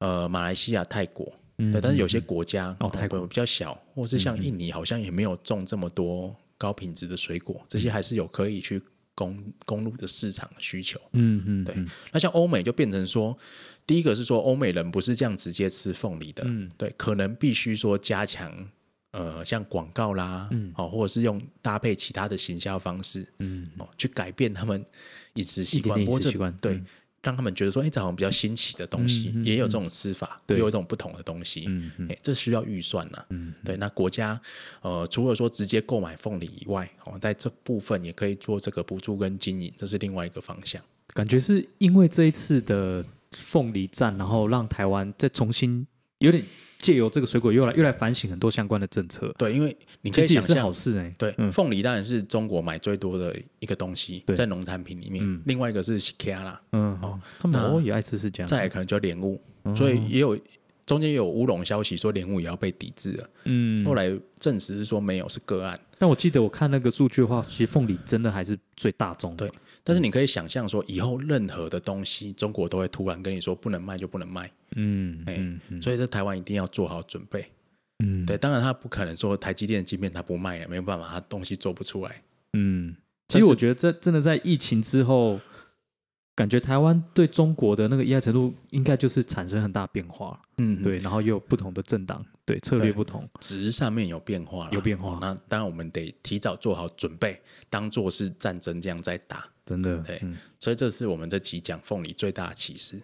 Speaker 1: 呃，马来西亚、泰国，
Speaker 2: 嗯
Speaker 1: 对，但是有些国家
Speaker 2: 哦泰国嗯
Speaker 1: 比较小，或是像印尼，好像也没有种这么多高品质的水果，这
Speaker 2: 嗯
Speaker 1: 些还是有可以去供供入的市场需求。
Speaker 2: 嗯嗯，
Speaker 1: 对
Speaker 2: 嗯，
Speaker 1: 那像欧美就变成说，第一个是说欧美人不是这样直接吃凤梨的，
Speaker 2: 嗯
Speaker 1: 对，可能必须说加强呃像广告啦，嗯，哦，或者是用搭配其他的行销方式，嗯，哦，去改变他们饮食习惯，
Speaker 2: 一点点饮食
Speaker 1: 或者
Speaker 2: 习惯嗯
Speaker 1: 对。让他们觉得说，哎、这好像比较新奇的东西，也有这种吃法，也
Speaker 2: 对
Speaker 1: 有这种不同的东西，嗯嗯这需要预算呐、
Speaker 2: 嗯
Speaker 1: 对，那国家呃，除了说直接购买凤梨以外，哦，在这部分也可以做这个补助跟经营，这是另外一个方向。
Speaker 2: 感觉是因为这一次的凤梨战，然后让台湾再重新有点借由这个水果又来又来反省很多相关的政策，
Speaker 1: 对，因为你可
Speaker 2: 其
Speaker 1: 以
Speaker 2: 实也
Speaker 1: 想
Speaker 2: 是
Speaker 1: 象
Speaker 2: 好，事哎、
Speaker 1: 对，凤梨当然是中国买最多的一个东西，
Speaker 2: 对
Speaker 1: 在农产品里面。另外一个是 s i a 啦，
Speaker 2: 嗯，哦，他们哦也爱吃是这样，
Speaker 1: 再来可能就莲雾，
Speaker 2: 哦
Speaker 1: 所以也有中间也有乌龙消息说莲雾也要被抵制了，
Speaker 2: 嗯，
Speaker 1: 后来证实是说没有是个案。
Speaker 2: 但我记得我看那个数据的话，其实凤梨真的还是最大宗的，
Speaker 1: 对但是你可以想象说，以后任何的东西，中国都会突然跟你说不能卖就不能卖，
Speaker 2: 嗯
Speaker 1: 哎
Speaker 2: 嗯嗯
Speaker 1: 所以在台湾一定要做好准备。
Speaker 2: 嗯
Speaker 1: 对，当然他不可能说台积电的晶片他不卖了，没有办法，他东西做不出来。
Speaker 2: 嗯，
Speaker 1: 但
Speaker 2: 其
Speaker 1: 是
Speaker 2: 实我觉得这真的在疫情之后，感觉台湾对中国的那个依赖程度应该就是产生很大变化，
Speaker 1: 嗯，
Speaker 2: 对，然后又有不同的政党，对策略不同，
Speaker 1: 值上面有变化啦，哦
Speaker 2: 有变化
Speaker 1: 那当然我们得提早做好准备，当做是战争这样在打。
Speaker 2: 真的，
Speaker 1: 对
Speaker 2: 嗯
Speaker 1: 所以这是我们这集讲凤梨最大的启示，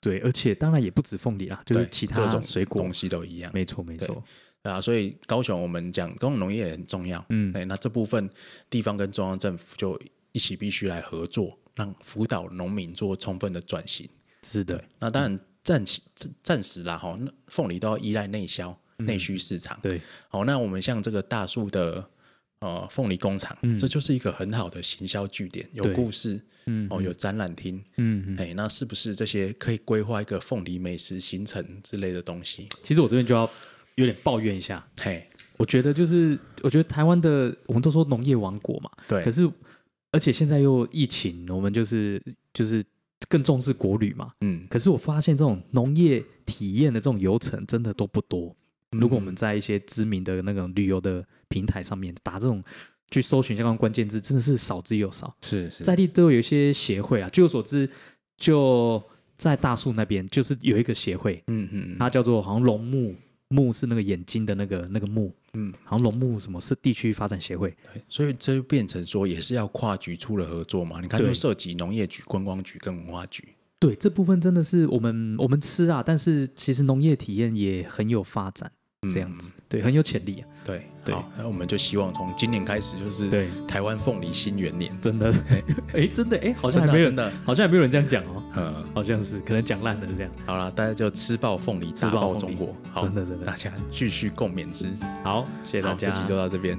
Speaker 2: 对，而且当然也不止凤梨啦，就是
Speaker 1: 对
Speaker 2: 其
Speaker 1: 各
Speaker 2: 他
Speaker 1: 种
Speaker 2: 水果
Speaker 1: 东，西都一样，
Speaker 2: 没错没错，
Speaker 1: 对啊。所以高雄我们讲公共农业也很重要，
Speaker 2: 嗯
Speaker 1: 对，那这部分地方跟中央政府就一起必须来合作，让辅导农民做充分的转型。
Speaker 2: 是的
Speaker 1: 对，，那当然暂时暂暂时啦，哈，那凤梨都要依赖内销、
Speaker 2: 嗯
Speaker 1: 内需市场。
Speaker 2: 对，
Speaker 1: 好，那我们像这个大树的呃凤梨工厂，这就是一个很好的行销据点，有
Speaker 2: 嗯对
Speaker 1: 故事，嗯，哦，有展览厅，
Speaker 2: 嗯，
Speaker 1: 哎、那是不是这些可以规划一个凤梨美食行程之类的东西？
Speaker 2: 其实我这边就要有点抱怨一下，
Speaker 1: 嘿，
Speaker 2: 我觉得就是，我觉得台湾的我们都说农业王国嘛，
Speaker 1: 对
Speaker 2: 可，是而且现在又疫情，我们就是就是更重视国旅嘛。
Speaker 1: 嗯，
Speaker 2: 可是我发现这种农业体验的这种游程真的都不多。
Speaker 1: 嗯
Speaker 2: 如果我们在一些知名的那种旅游的平台上面打这种去搜寻相关关键字，真的是少之又少。
Speaker 1: 是是，
Speaker 2: 在地都有一些协会啊，据我所知，就在大树那边就是有一个协会，
Speaker 1: 嗯嗯嗯，
Speaker 2: 它叫做好像龙目，目是那个眼睛的那个那个目，
Speaker 1: 嗯，
Speaker 2: 好像龙目什么是地区发展协会，
Speaker 1: 对所以这就变成说也是要跨局处的合作嘛。你看，
Speaker 2: 对
Speaker 1: 就涉及农业局、观光局跟文化局。
Speaker 2: 对这部分真的是我们我们吃啊，但是其实农业体验也很有发展，
Speaker 1: 嗯
Speaker 2: 这样子，对，很有潜力啊，
Speaker 1: 对
Speaker 2: 对
Speaker 1: 好那我们就希望从今年开始就是
Speaker 2: 对
Speaker 1: 台湾凤梨新元年，哦
Speaker 2: 真的， (laughs) 哎，真的，哎，好
Speaker 1: 真
Speaker 2: 像还
Speaker 1: 的啊
Speaker 2: 没有
Speaker 1: 真
Speaker 2: 人， (laughs)
Speaker 1: 的，
Speaker 2: 好像还没有人这样讲哦，
Speaker 1: 嗯，
Speaker 2: 好像是可能讲烂了这样，
Speaker 1: 好了，大家就吃爆凤梨，
Speaker 2: 吃
Speaker 1: 打
Speaker 2: 爆
Speaker 1: 爆
Speaker 2: 凤梨
Speaker 1: 中国，好
Speaker 2: 真的真的
Speaker 1: 大家继续共勉之。
Speaker 2: 好，谢谢大
Speaker 1: 好，
Speaker 2: 家，
Speaker 1: 这集就到这边，